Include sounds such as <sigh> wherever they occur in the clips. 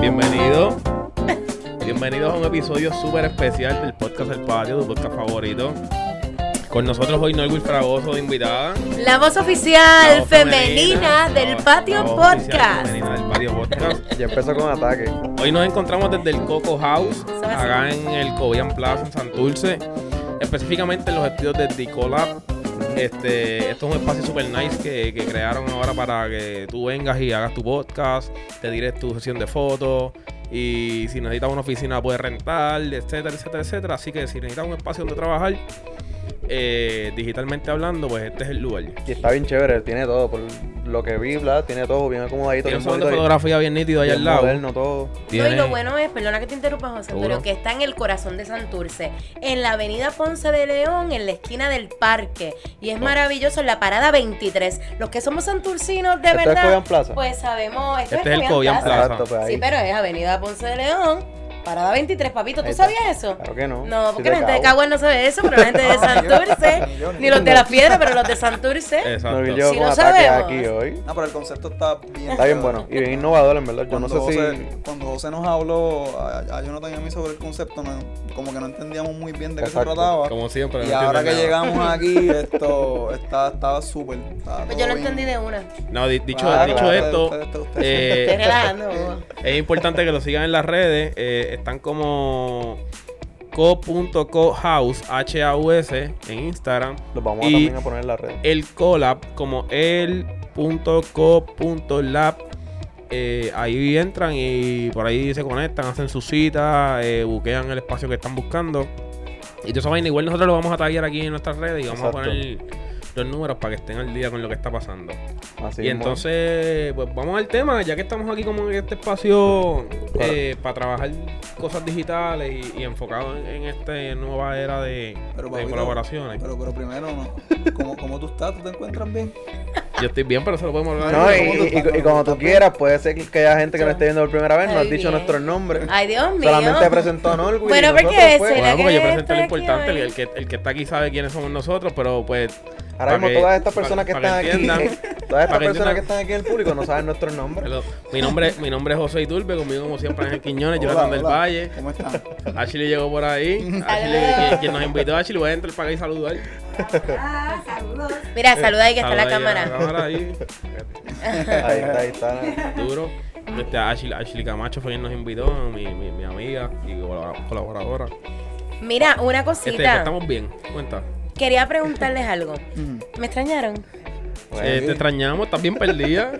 Bienvenido. Bienvenidos a un episodio súper especial del podcast El Patio, tu podcast favorito. Con nosotros hoy Norwil Fragoso de invitada. La voz La oficial voz femenina, la del voz- la Patio voz oficial Podcast. femenina del Patio Podcast. <laughs> Ya empezó con ataque. Hoy nos encontramos desde el Coco House, Eso es así. acá en el Cobian Plaza, en Santurce, específicamente en los estudios de Dicolab. Este, esto es un espacio super nice que, que crearon ahora para que tú vengas y hagas tu podcast, te tires tu sesión de fotos y si necesitas una oficina la puedes rentar, etcétera, etcétera, etcétera. Así que si necesitas un espacio donde trabajar, eh, digitalmente hablando, pues este es el lugar. Y está bien chévere, tiene todo. Por lo que vi, bla, tiene todo bien acomodadito. Tiene Bien un salón de bonito, fotografía bien nítido ahí bien al lado. moderno, todo. No, y Tiene- lo bueno es, perdona que te interrumpa, José, Seguro. pero que está en el corazón de Santurce, en la avenida Ponce de León, en la esquina del parque. Y es Wow. maravilloso, en la parada 23. Los que somos santurcinos de ¿Esto Este es verdad, Cobian Plaza? pues sabemos. Esto Este es el Cobian Cobian Plaza. Exacto, pues ahí. Sí, pero es avenida Ponce de León, parada 23, papito. ¿Tú Ahí está. sabías eso? Claro que no. No, Si porque te la gente de cago. Caguas no sabe eso, pero la gente de Santurce, ni los de La Piedra, pero los de Santurce. Exacto. No, yo Si con lo ataque sabemos. aquí hoy. No, pero el concepto está bien. Está bien chévere. bueno. Y bien innovador, en verdad. Yo no Cuando, sé si. José, cuando José nos habló ah, a, a Jonathan y a mí sobre el concepto, no- como que no entendíamos muy bien de qué Exacto. se trataba. Como siempre. y no ahora que entiendo nada. llegamos aquí, esto está- estaba súper. estaba Pues todo yo lo bien. entendí de una. No, di- dicho, Claro, dicho claro, esto, <laughs> ustedes- ustedes- ustedes- eh, Estoy relajando, bobo. es importante que lo sigan en las redes. eh, están como co.cohouse, H-A-U-S, en Instagram. Los vamos a Y- también a poner en la red. El collab como el.co.lab. eh, ahí entran y por ahí se conectan, hacen su cita, eh, buquean el espacio que están buscando. Y toda esa vaina, igual nosotros lo vamos a taggear aquí en nuestras redes y vamos a Exacto. poner los números para que estén al día con lo que está pasando. Así y mismo. entonces, pues vamos al tema, ya que estamos aquí como en este espacio Claro. eh, para trabajar cosas digitales y, y enfocado en, en esta nueva era de, Pero, de papito, colaboraciones. Pero, pero primero, no. ¿Cómo, ¿cómo tú estás? ¿Tú te encuentras bien? Yo estoy bien, pero se lo podemos hablar. No, y, en otro y- momento. y- y cuando tú quieras, puede ser que haya gente que nos esté viendo por primera vez. No has Ay, dicho bien. nuestros nombres. Ay, Dios mío. Solamente presentó a Norwin. Bueno, y nosotros, porque pues, será- Bueno, porque yo que presenté lo estoy aquí importante, el, hoy. el que, el que está aquí sabe quiénes somos nosotros, pero pues... Ahora para mismo que- todas estas personas que para- para están aquí, entiendan. eh, <laughs> todas para que estas personas entiendan. que están aquí en el público no saben nuestros nombres. Hello. Mi nombre, mi nombre es José Iturbe, conmigo como siempre Ángel Quiñones, Hola, Jonathan del hola. Valle, ¿Cómo estás? Ashley llegó por ahí, Ashley, quien, quien nos invitó a Ashley, voy a entrar para acá y saludar. Ah, saludos. Mira, Eh, saluda ahí que está la Saluda ahí a cámara. cámara ahí. Ahí está, ahí está. duro. Este, Ashley, Ashley Camacho fue quien nos invitó, mi, mi, mi amiga y colab- colaboradora. Mira, una Este, cosita. pues, estamos bien, cuenta. Quería preguntarles algo. Mm. ¿Me extrañaron? Pues Eh, Bueno, te extrañamos, estás bien perdida.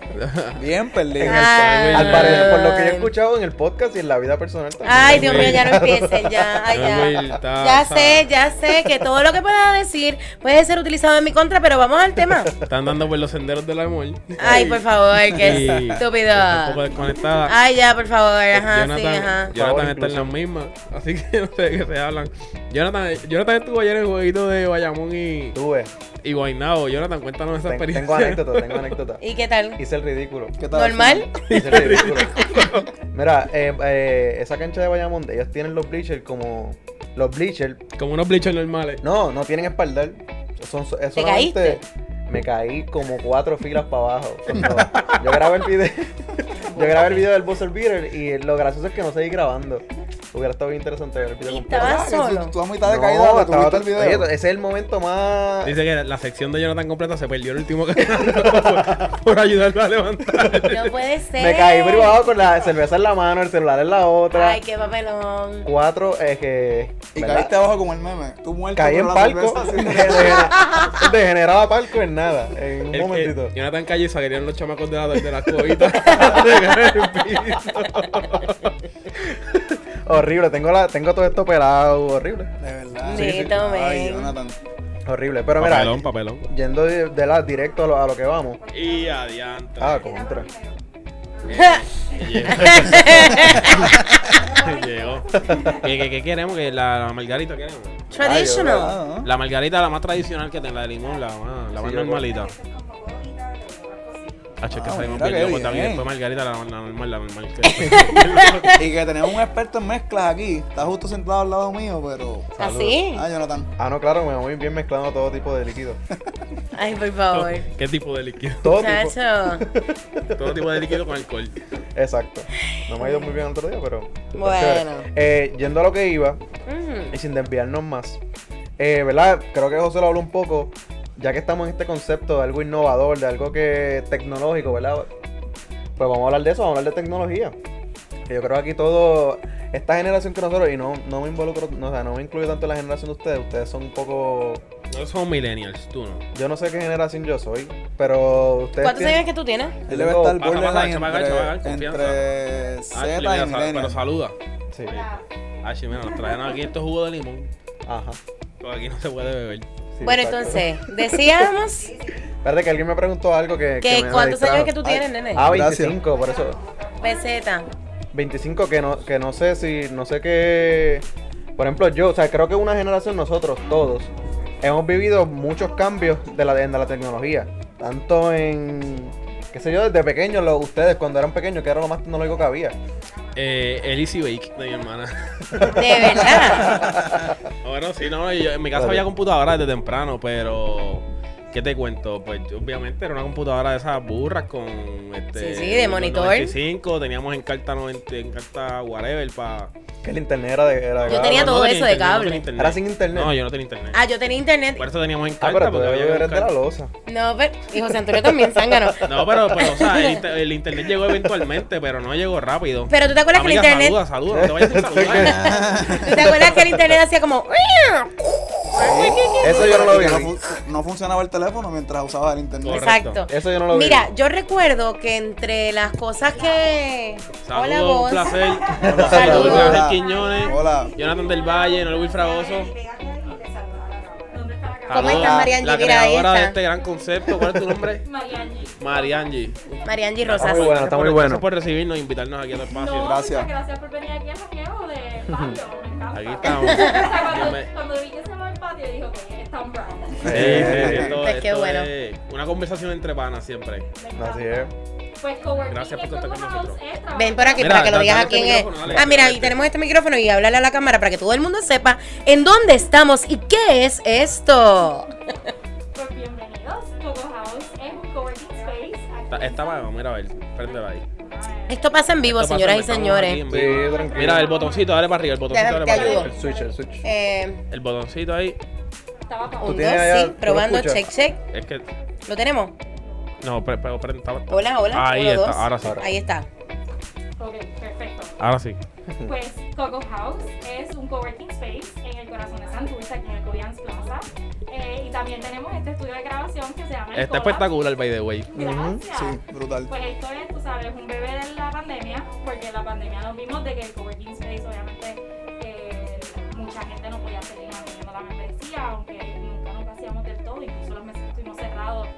Bien, perdido. Ay. al parecer, por lo que yo he escuchado en el podcast y en la vida personal también. Ay, Dios mío, ya no empiecen, ya, ay, Manuel ya. está- Ya sé, ya sé que todo lo que pueda decir puede ser utilizado en mi contra, pero vamos al <laughs> tema. Están andando por los senderos del amor. Ay, por favor, Y- qué estúpido. Está un poco desconectada. Ay, ya, por favor, Eh, ajá, Jonathan, sí, ajá. Jonathan Favor, está en las mismas, así que <laughs> no sé de qué se hablan. Jonathan, Jonathan estuvo ayer en el jueguito de Bayamón y, Tú ves, y Guaynabo. Jonathan, cuéntanos esa ten- experiencia. tengo anécdota, tengo <laughs> anécdota. ¿Y qué <laughs> tal? Hice el ridículo. ¿Qué tal? ¿Normal? <laughs> Hice el ridículo. Mira, eh, eh, esa cancha de Bayamón, ellos tienen los bleachers como. Los bleachers. <laughs> Como unos bleachers normales. No, no tienen espaldar. Son, es ¿Te solamente- Me caí como cuatro filas para abajo. Cuando yo grabé el video. <laughs> Yo grabé el video del buzzer beater y lo gracioso es que no seguí grabando. Hubiera estado bien interesante ver el video Y completo. estabas Ah, que tú- solo. Tú a mitad de No, caída, pero estaba ¿tú viste tan- el video? oye, ese es el momento más. Dice que la, la sección de Jonathan completa se perdió el último que <laughs> por, por ayudarlo a levantar. No puede ser. Me caí privado con la cerveza en la mano, el celular en la otra. Ay, qué papelón. <laughs> Cuatro, es que. Y ¿verdad? caíste abajo como el meme. Tú muerto. Caí en pero la palco. <laughs> cerveza así. degenera- Degeneraba palco en nada. <laughs> En un El que- momentito. Jonathan cayó y se querían los chamacos de la, de las cobitas. <laughs> de caer en el piso. Horrible. Tengo, la, tengo todo esto pelado. Horrible. De verdad. Sí, sí. tome. Ay, Jonathan. Horrible. Pero mira, Papelón, papelón. yendo de, de la directo a lo, a lo que vamos. Y adiante. Ah, contra. Llegó. ¿Qué, qué, qué queremos? ¿Que la, la margarita queremos? Traditional. Ah, ¿no? La margarita la más tradicional que tengo, la de limón, la, más- la más Sí, yo normalita. Ah, es que Ah, salimos mira bien qué locos también. bien. Después margarita la, la normal, la <laughs> normal. que- Y que tenemos un experto en mezclas aquí. Está justo sentado al lado mío, pero. ¿Así? Ah, Jonathan. <laughs> Ah, no, claro, me voy bien mezclando todo tipo de líquidos. Ay, por favor. ¿Qué tipo de líquido? Todo tipo. Chacho. Todo tipo de líquido con alcohol. Exacto. No me ha ido muy bien el otro día, pero. pero Bueno. chévere. Eh, yendo a lo que iba, Mm. y sin desviarnos más, eh, ¿verdad? Creo que José lo habló un poco, ya que estamos en este concepto de algo innovador, de algo que tecnológico, ¿verdad? Pues vamos a hablar de eso, vamos a hablar de tecnología. Que yo creo que aquí todo, esta generación que nosotros, y no, no me involucro, no, o sea, no me incluyo tanto en la generación de ustedes, ustedes son un poco, Nosotros somos millennials, tú no. yo no sé qué generación yo soy, pero ustedes... ¿Cuántos tienen- años que tú tienes? Él debe Baja, estar baja, borderline chamaca, chamaca, entre, confianza. entre Z Ashley, y mira, sal- Millennial. pero saluda. Sí, Ashley, mira, nos traen aquí estos jugos de limón. ajá. Pero aquí no se puede beber. sí, bueno, exacto. entonces, decíamos Espérate que alguien me preguntó algo que... que me- me cuántos distrajo. años que tú tienes, Ay, nene. Ah, Gracias. 25, por eso... Peseta. 25 que no, que no sé si, no sé qué. Por ejemplo, yo, o sea, creo que una generación, nosotros todos, hemos vivido muchos cambios de la, de la tecnología. Tanto en, qué sé yo, desde pequeños, lo- ustedes cuando eran pequeños, que era lo más tecnológico que había. Eh, el Easy Bake de mi hermana. De verdad. Bueno, sí, no, yo- en mi casa Vale. había computadora desde temprano, pero. ¿Qué te cuento? Pues yo, obviamente era una computadora de esas burras con. Sí, Este, sí, de Windows monitor. 95, teníamos en carta 90, en carta whatever para. Que el internet era de... Era de Yo cable. tenía todo eso de cable. Era sin internet. No, yo no tenía internet. Ah, yo tenía internet. Por eso teníamos en carta. Ah, pero tú porque había que eres de buscar- la losa. No, pero. Y José Antonio también, zángano. No, pero, pero, o <laughs> sea, el, inter- el internet llegó eventualmente, pero no llegó rápido. Pero tú te acuerdas que el Amiga, internet. Saluda, saluda, no te vayas <laughs> sin Este saludar. ¿Tú te acuerdas que el internet hacía como. Eso yo no lo Y vi. que No, fu- no funcionaba el teléfono mientras usaba el internet. Correcto. Exacto. Eso yo no lo vi. Mira, yo recuerdo que entre las cosas que. Hola, Saludos, vos. un placer. <laughs> Hola. Saludos, Saludos. Ángel Quiñones. Hola. Jonathan del Valle, Noel Fragoso. ¿Dónde está la cámara? ¿Cómo Saludos, estás, Mariangi? La Mira, ahí creadora de está. este gran concepto. ¿Cuál es tu <laughs> nombre? Mariangi. Mariangi. Mariangi Está Rosas. muy bueno, está muy Por- bueno. Gracias por recibirnos e invitarnos aquí al No, espacio. gracias. muchas gracias por venir aquí a Raqueo de <laughs> Patio. Me encanta. Aquí estamos. <laughs> O sea, cuando, Bienven- cuando vi que se va el patio, dije, oye, es tan bravo. Sí, Eh, sí, sí, esto- Pues qué esto bueno. es Una conversación entre panas siempre. eh, Así es. Pues coworking Gracias por en contactar con Cocohouse nosotros. es trabajar- Ven por aquí Mira, para que lo da- digas a dale quién este es. micrófono, dale, Ah, mira, dale, y este. tenemos este micrófono y háblale a la cámara para que todo el mundo sepa en dónde estamos y qué es esto. Pues bienvenidos. Coco House es un coworking space. aquí Está, está vago, mira a ver, préndela ahí. Esto pasa en vivo, Esto pasa, señoras y estamos aquí señores. en Sí, vivo. tranquilo. Mira, el botoncito, dale para arriba, el botoncito, Déjame, dale para te arriba. ayudo. El switch, el switch. Eh, El botoncito ahí, Estaba un, dos, tienes allá- sí, tú lo probando, escuchas? check, check. es que... ¿Lo tenemos? No, pre- pre- pre- está- Hola, hola. Ahí uno, está, dos. ahora sí. Ahí está. Ok, perfecto. Ahora sí. Pues Coco House es un coworking space en el corazón de Santurce, aquí en el Cobians Plaza. Eh, y también tenemos este estudio de grabación que se llama El Está Collab. espectacular, by the way. Gracias. Sí, brutal. Pues esto es, tú sabes, un bebé de la pandemia, porque la pandemia nos vimos de que el coworking space, obviamente, eh, mucha gente no podía seguir manteniendo la membresía, aunque nunca nos hacíamos del todo, incluso los meses que estuvimos cerrados,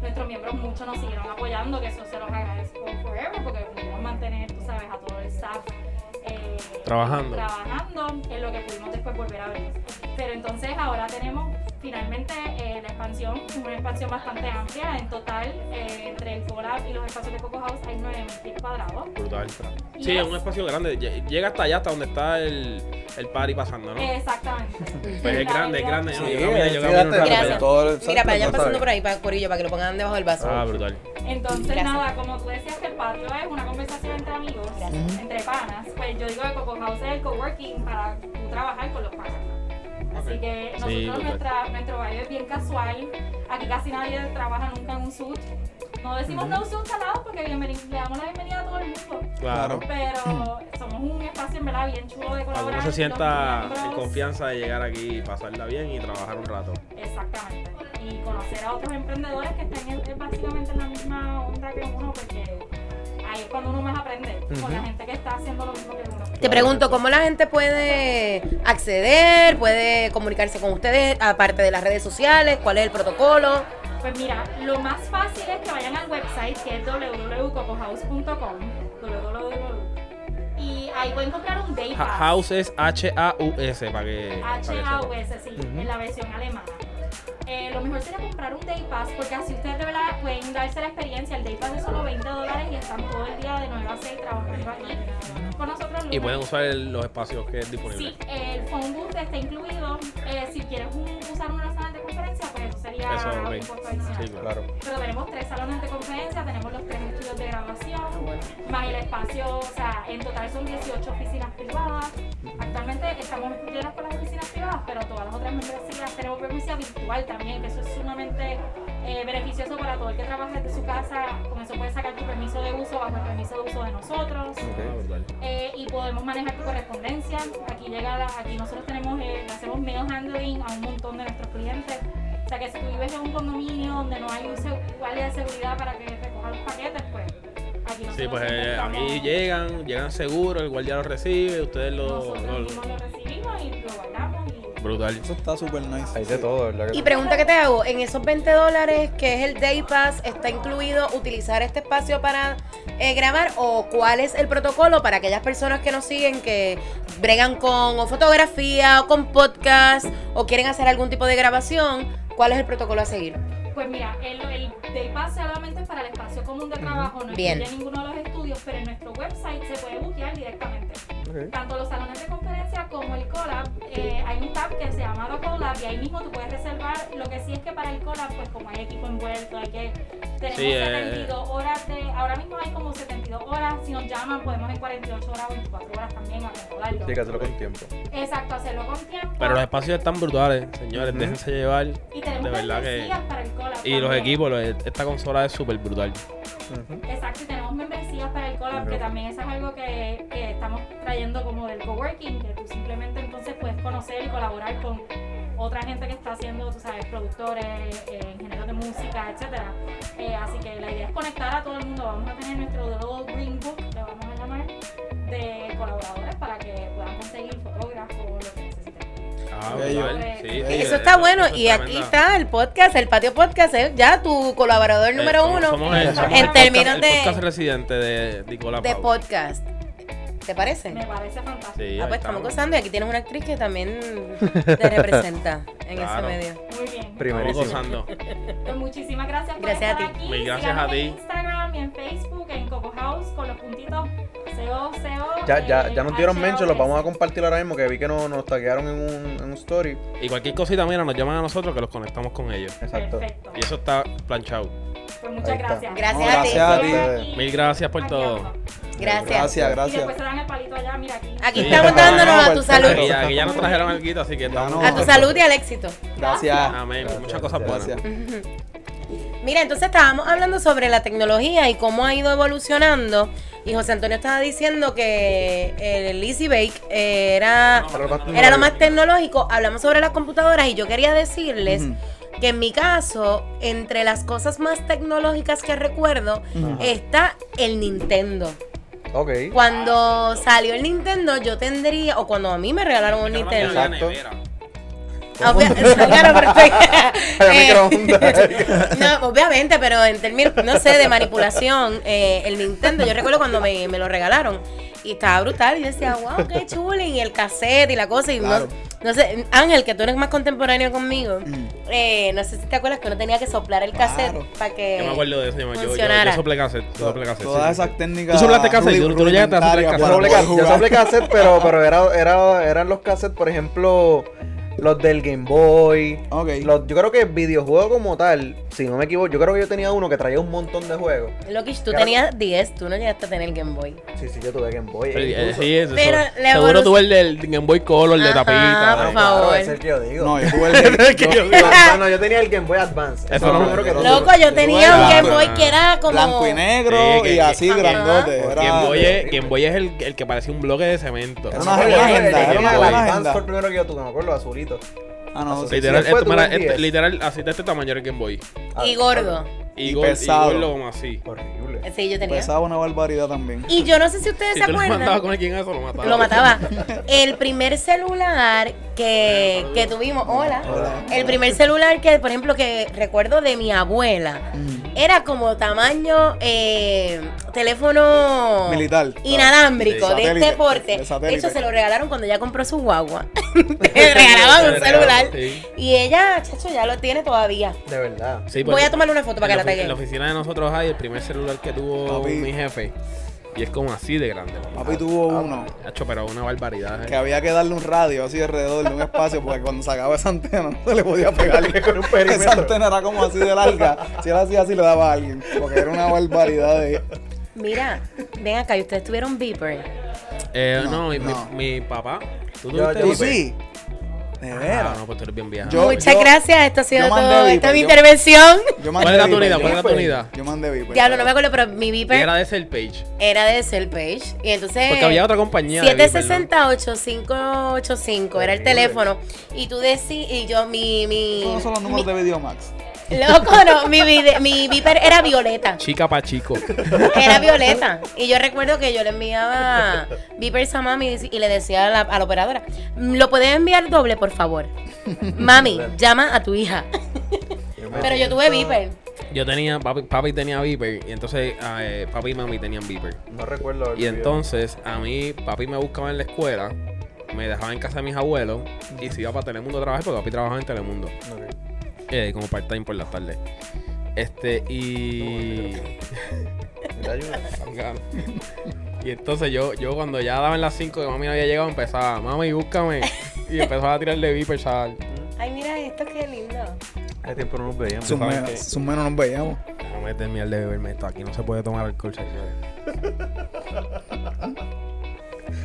nuestros miembros muchos nos siguieron apoyando, que eso se los agradezco forever, porque pudimos mantener, tú sabes, a todo el staff. eh, Trabajando. trabajando en lo que pudimos después volver a abrir. Pero entonces ahora tenemos finalmente eh, la expansión, una expansión bastante amplia. En total, eh, entre el Colab y los espacios de Coco House hay 9.000 pies cuadrados. Brutal. Y Sí, es es- un espacio grande. Lle- Llega hasta allá, hasta donde está el, el party pasando, Eh, ¿no? Exactamente. Pues es La grande, realidad- es grande. Yo Sí, camino, sí, yo camino un date- rato para Gracias. allá. Todo el- Mira, para allá exacto, pasando por ahí, para Corillo, para que lo pongan debajo del vaso. Ah, brutal. Entonces, Gracias. nada, como tú decías que el patio es una conversación entre amigos, entre panas, pues yo digo que Coco House es el coworking para tú trabajar con los panas. Así que nosotros, Sí, total. nuestra, nuestro baile es bien casual. Aquí casi nadie trabaja nunca en un suit. No decimos no suit salados porque bienveni- le damos la bienvenida a todo el mundo. Claro. Claro. Pero somos un espacio en verdad bien chulo de colaborar. Alguno se los sienta en miembros- confianza de llegar aquí y pasarla bien y trabajar un rato. Exactamente. Y conocer a otros emprendedores que estén en- en básicamente en la misma onda que uno, porque ahí es cuando uno más aprende con la gente que está haciendo lo mismo que uno. Te pregunto, ¿cómo la gente puede acceder, puede comunicarse con ustedes, aparte de las redes sociales? ¿Cuál es el protocolo? Pues mira, lo más fácil es que vayan al website que es www.cocohouse.com. www. Y ahí pueden comprar un day Ha- pass. House es H-A-U-S, para que. para que sepa. H-A-U-S, sí, en la versión alemana. Eh, lo mejor sería comprar un Day Pass porque así ustedes de verdad pueden darse la experiencia. El Day Pass es solo 20 dólares y están todo el día de 9 a 6 trabajando aquí con nosotros. Y lunes. pueden usar el- los espacios que es disponible. Sí, el phone booth está incluido. Eh, si quieres un- usar una sala de conferencia, pues eso sería sería Eso, ok. un costo adicional. Sí, claro. Claro. Pero tenemos tres salones de conferencia, tenemos los tres estudios de graduación, más el espacio, o sea, en total son 18 oficinas privadas. Actualmente estamos llenas con las oficinas privadas, pero todas las otras membresías tenemos membresía virtual también, que eso es sumamente eh, beneficioso para todo el que trabaja desde su casa. Con eso puedes sacar tu permiso de uso bajo el permiso de uso de nosotros. Ah, brutal. Eh, y podemos manejar tu correspondencia. Aquí llega la- aquí nosotros tenemos, eh, le hacemos mail handling a un montón de nuestros clientes. O sea que si tú vives en un condominio donde no hay un seg- guardia de seguridad para que recoja los paquetes, pues aquí nosotros Sí, pues eh, siempre aquí estamos- llegan, llegan seguro, el guardia los recibe, ustedes lo. nosotros lo- mismos lo recibimos y lo guardamos y brutal. Eso está súper nice. Hay de todo, ¿verdad? que Y sí? pregunta que te hago, en esos 20 dólares que es el Day Pass, ¿está incluido utilizar este espacio para eh, grabar o cuál es el protocolo para aquellas personas que nos siguen que bregan con o fotografía o con podcast o quieren hacer algún tipo de grabación? ¿Cuál es el protocolo a seguir? Pues mira, el, el Day Pass solamente es para el espacio común de trabajo, no Bien. incluye ninguno de los estudios, pero en nuestro website se puede buquear directamente. Ok. Tanto los salones de conferencia como el collab, eh, hay un tab que se llama The Collab y ahí mismo tú puedes reservar. Lo que sí es que para el collab, pues como hay equipo envuelto, hay que. Tenemos Sí, eh. 72 horas de. Ahora mismo hay como 72 horas. Si nos llaman, podemos en 48 horas, 24 horas también acomodarlo. Sí, que hacerlo con tiempo. Exacto, hacerlo con tiempo. Pero los espacios están brutales, señores, Ujú. déjense llevar. y tenemos de verdad que- membresías para el collab. Y los también. equipos, los- esta consola es súper brutal. Ujú. Exacto, y tenemos membresías para el collab, Ujú. que también eso es algo que, que estamos trayendo como del coworking, que tú simplemente entonces puedes conocer y colaborar con otra gente que está haciendo, tú sabes, productores, eh, ingenieros de música, etcétera. Eh, así que la idea es conectar a todo el mundo. Vamos a tener nuestro Little Green Book, le vamos a llamar, de colaboradores para que puedan conseguir fotógrafos, lo que necesiten. Ah, Bello. brutal. Sí, Bello. sí, Eso eh, está bueno eso es y aquí tremenda. está el podcast, el patio podcast, ¿eh? ya tu colaborador Eh, número somos- uno somos el- somos en el podcast- términos el de- podcast residente de Nicolás de Pau. podcast. ¿Te parece? Me parece fantástico. Ah, Sí, pues ahí estamos estamos. gozando y aquí tienes una actriz que <laughs> también te representa en Claro. ese medio. Muy bien. Estamos Primerísimo. gozando. Pues muchísimas gracias por Gracias estar a ti. aquí. Mil gracias Síganos a ti. En Instagram y en Facebook, en Coco House, con los puntitos CO, CO. Ya, ya, ya nos dieron eh, mention, los vamos a HOS. compartir ahora mismo, que vi que nos, nos taguearon en un, en un story. Y cualquier cosita, mira, nos llaman a nosotros que los conectamos con ellos. Exacto. Perfecto. Y eso está planchado. Pues Ahí muchas está. gracias. Gracias No, a ti. gracias a ti. Aquí. Mil gracias por Aquí todo. abajo. Gracias. Gracias, Y gracias. después pues, se dan el palito allá, mira aquí. Aquí Sí. estamos dándonos a tu Perfecto. Aquí, salud. ya- aquí ya nos trajeron algo, así que estamos. no. A tu salud y al éxito. Gracias. Amén. Muchas cosas buenas. Gracias. Mira, entonces estábamos hablando sobre la tecnología y cómo ha ido evolucionando. Y José Antonio estaba diciendo que el Easy Bake era, Pero lo más era lo más tecnológico. Hablamos sobre las computadoras y yo quería decirles Ujú. que en mi caso, entre las cosas más tecnológicas que recuerdo, está el Nintendo. <laughs> Ok. <laughs> Cuando salió el Nintendo, yo tendría, o cuando a mí me regalaron un Nintendo. Exacto. Ah, obvia- <laughs> claro, <laughs> perfecto. Había <laughs> Eh, microondas. no, obviamente, pero en términos, no sé, de manipulación, eh, el Nintendo, yo recuerdo cuando me, me lo regalaron y estaba brutal. Y yo decía, wow, qué chulo, y el cassette y la cosa. Y no- Claro. no, sé, Ángel, que tú eres más contemporáneo conmigo, Ujú. eh, no sé si te acuerdas que uno tenía que soplar el cassette Claro. para que. Yo me acuerdo de eso, yo, yo, yo, Funcionara. soplé cassette, yo soplé cassette, Todas sí. esas técnicas. Tú soplaste cassette, rudi- tú- tú no llegaste a soplar cassette. Yo rudimentarias para soplé, poder ca- yo jugar. soplé cassette, pero, pero era, era, eran los cassettes, por ejemplo, los del Game Boy. Ok. Los, yo creo que videojuego como tal, si no me equivoco, yo creo que yo tenía uno que traía un montón de juegos. Lokish, tú Claro. tenías 10, tú no llegaste a tener Game Boy. Sí, sí, yo tuve Game Boy. Sí, eh, incluso. sí, eso. Pero eso. la Seguro evolución- tuve el del Game Boy Color, el de Ajá, tapita. por de- favor. Claro, ese es el que yo digo. <laughs> No, yo tuve <laughs> el de- que yo- yo- No, no, yo tenía el Game Boy Advance. Eso no, no, creo que no. tuve. Loco, yo Yo tenía un era Game Boy blanco. que era como. Blanco y Sí, negro que- y así Ajá. grandote. Era, Game Boy, era es, Game Boy es el, el que parecía un bloque de cemento. una Yo creo que el- agenda. el- Era una el agenda. Advance fue el primero que yo tuve, me acuerdo, azulito. Ah, no, sí, Literal, Sí, después esto, mira, tuve el esto- 10. literal, así de este tamaño era el Game Boy. Y gordo. Y, Y gol, pesado. Y gordo como así. Ah, Horrible. Sí, yo tenía. pesaba una barbaridad también. Y yo no sé si ustedes Si se tú lo mandabas acuerdan. con alguien a eso, lo mataba. Lo mataba. El primer celular que, que tuvimos. Hola. Hola. El primer celular que, por ejemplo, que recuerdo de mi abuela. Mm. Era como tamaño eh, teléfono Militar. inalámbrico Sí, de satélite, este porte. de De, satélite. hecho, se lo regalaron cuando ella compró su <laughs> guagua. Le regalaban un celular. Sí. Y ella, chacho, ya lo tiene todavía. De verdad. Sí, <laughs> Voy pues, porque a tomarle una foto para en que la ofi- En la tagueen. oficina de nosotros hay el primer celular que tuvo Papi. mi jefe. Y es como así de grande. papá. Papi tuvo Ah, uno Hacho, pero una barbaridad. que eh. había que darle un radio así alrededor de un espacio porque cuando sacaba esa antena <laughs> no se le podía pegar. un perímetro. esa antena era como así de larga. Si era así, así le daba a alguien. Porque era una barbaridad de. Mira, ven acá, y ustedes tuvieron beeper. Eh, no, No, mi, mi- no. mi papá. ¿Tú Yo- tuviste yo ¿Tú beeper? sí? De Ah, veras. no, pues tú eres bien vieja. Yo- Muchas yo- gracias, esto ha sido yo mandé todo. beeper, Esta es mi yo- intervención. Yo ¿Cuál era tu beeper, unidad? yo- ¿Cuál era tu Beeper. unidad? Yo mandé Pues beeper. Diablo, no me acuerdo, pero mi beeper Era de ser page. era de Selpage. Y entonces. Porque había otra compañía. de beeper, ¿no? 768-585 era el teléfono. Y tú decís, y yo, mi. mi Esos no son los números de Videomax. mi- Loco, no, mi, vide- mi beeper era violeta. Chica pa' chico. Era violeta. Y yo recuerdo que yo le enviaba beepers a mami y le decía a la, a la operadora: ¿Lo puedes enviar doble, por favor? <laughs> Mami, llama a tu hija. Pero yo tuve beeper. Yo tenía, papi, papi tenía Viper y entonces ah, eh, papi y mami tenían Viper. No recuerdo. haber Y vivido. entonces a mí, papi me buscaba en la escuela, me dejaba en casa de mis abuelos y se iba para Telemundo a trabajar porque papi trabajaba en Telemundo, Ok. eh, como part-time por las tardes. Este, y... Mira, ayuda. Gano. Y entonces yo, yo cuando ya daban las 5 que mami no había llegado, empezaba, mami, búscame. Y empezaba a tirarle Viper, chaval. Ay, mira esto, qué lindo. Hace tiempo no nos veíamos. Sus sabes menos, que- sus menos nos veíamos. No me terminé de beberme esto, aquí no se puede tomar alcohol, señores.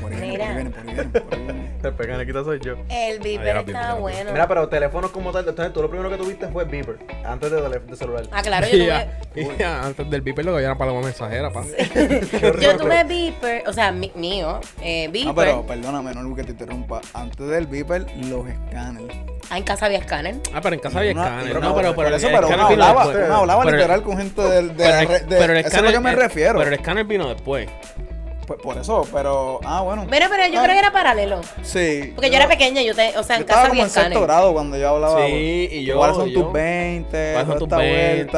Por ahí Mira. viene, por ahí viene, por ahí viene, por ahí viene. El pecanequito soy yo. El Ay, beeper Ah, era estaba beeper, bueno. Mira, pero teléfonos como tal, entonces tú lo primero que tuviste fue Beeper, antes de, tele- de celular. Ah, claro, yo <laughs> Y tuve. ya- y ya, antes del Viper lo que había era paloma mensajera, pa. Yo tuve beeper, o sea, mi- mío, eh, <laughs> beeper. No, Ah, pero perdóname, no Luke, que te interrumpa. Antes del beeper, los escáneres. Ah, en casa había escáner. <laughs> Ah, pero en casa había Una- escáner. pero No, no, pero, pero por el eso, pero escáner uno vino hablaba, después. uno hablaba Pero el- literal con gente del. De, pero el- la re- de- pero el eso es lo escáner- que me el- refiero. Eh, Pero el escáner vino después. por, por eso, pero. Ah, bueno. Mira, pero yo Ah, creo que era paralelo. Sí. Porque yo era pequeña, yo te, o sea, en yo casa estaba como había en sexto escáner. grado cuando yo hablaba. Sí, y yo- ¿Cuáles son yo- tus 20? Pasó toda tus esta 20.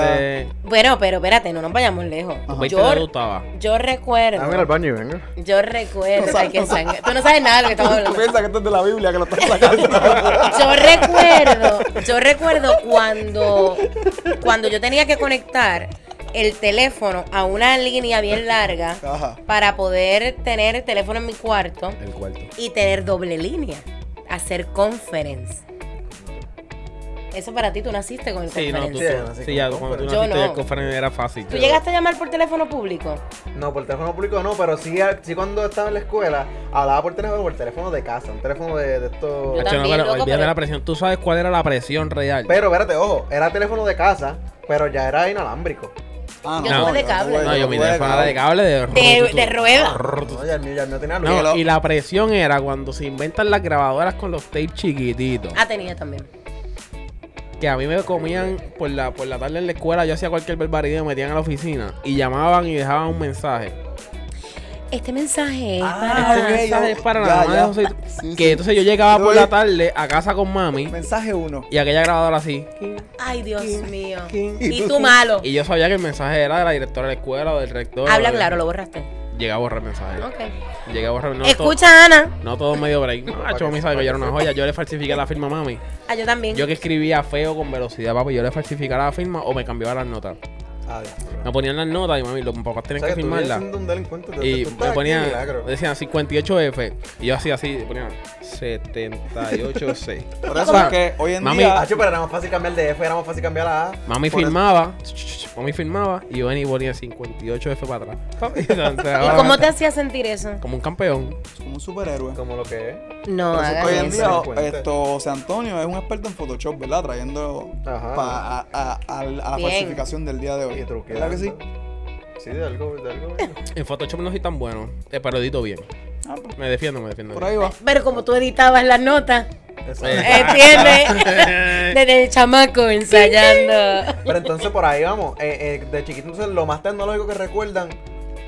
vuelta. Bueno, pero espérate, no nos vayamos lejos. Tus 20 Yo, te gustaba. yo recuerdo. Dame al Ah, baño y venga. Yo recuerdo. No sabes, ay, qué no sabes. sangre. Tú no sabes nada de lo que estamos Tú <laughs> hablando. piensas que esto es de la Biblia que lo estás sacando. Yo recuerdo, yo recuerdo cuando, cuando yo tenía que conectar el teléfono a una línea bien larga Ajá. para poder tener el teléfono en mi cuarto. El cuarto. y tener doble línea, hacer conference. Eso para ti, tú naciste con el Sí, no, tú, conference. Sí, tú- así sí, ya, como cuando tú conference. Yo naciste no. el conference era fácil. ¿Tú llegaste a llamar por teléfono público? No, por teléfono público no, pero sí, sí cuando estaba en la escuela, hablaba por teléfono, por teléfono de casa, un teléfono de, de estos... Yo Hacho, no, también, pero loco, olvídate pero- la presión. Tú sabes cuál era la presión real. Pero espérate, ojo, era teléfono de casa, pero ya era inalámbrico. Ah, Yo tuve de cable. tuve- no, yo mi tuve teléfono era de cable de, De, de rueda. No, ya el mío, ya el mío tenía luz. No, y la presión era cuando se inventan las grabadoras con los tapes chiquititos. Ah, tenía también. Que a mí me comían por la, por la tarde en la escuela, yo hacía cualquier barbaridad, me metían a la oficina y llamaban y dejaban un mensaje. Este mensaje es Ah, Este ok, mensaje yo- es para ya, la mamá de ya. José. Sí, que sí. entonces yo llegaba por Yo- la tarde a casa con mami Mensaje 1. y aquella grabadora así. para- Ay, Dios mío. ¿Quién? Y tú malo. Y yo sabía que el mensaje era de la directora de la escuela o del rector. Habla o de- claro, lo borraste. Llegué a borrar el mensaje. Ok. Llegué a borrar no todo- Escucha, Ana. No todo medio break. No, para macho, que- mami sabe para que yo era que una joya. Yo le falsifiqué la firma a mami. Ah, yo también. Yo que escribía feo con velocidad, papi. Yo le falsificaba la firma o me cambiaba las notas. Ah, Dios mío. Me ponían las notas y mami, los papás O tenían sea, que que tú vienes firmarla. siendo un delincuente. tú- Y tú me estás aquí, ponía, milagro. decían 58F. Y yo hacía así, ponía 78C. Por O eso sea, es que hoy en mami- día. Ah, chu, pero era más fácil cambiar de F, era más fácil cambiar la A. <laughs> Mami Por eso- firmaba, mami firmaba, y yo venía y ponía 58F para <laughs> atrás. <laughs> ¿Y cómo te hacía sentir eso? Como un campeón. Como un superhéroe. Como lo que es. No, Por eso es que hagan hoy en eso. día Delincuente. esto, José Antonio es un experto en Photoshop, ¿verdad? Trayendo Ajá. pa- a, a- a- a la Bien. falsificación del día de hoy. Y truqueando. ¿Verdad que sí? Sí, de algo, <laughs> de algo. En Photoshop no soy tan bueno, eh, pero edito bien. Ah, pues, Me defiendo, me defiendo. por ahí va. Pero como tú editabas las notas, <laughs> <laughs> Exacto. ¿entiendes? Desde el chamaco ensayando. Pero entonces por ahí vamos. Eh, eh, de chiquito, entonces lo más tecnológico que recuerdan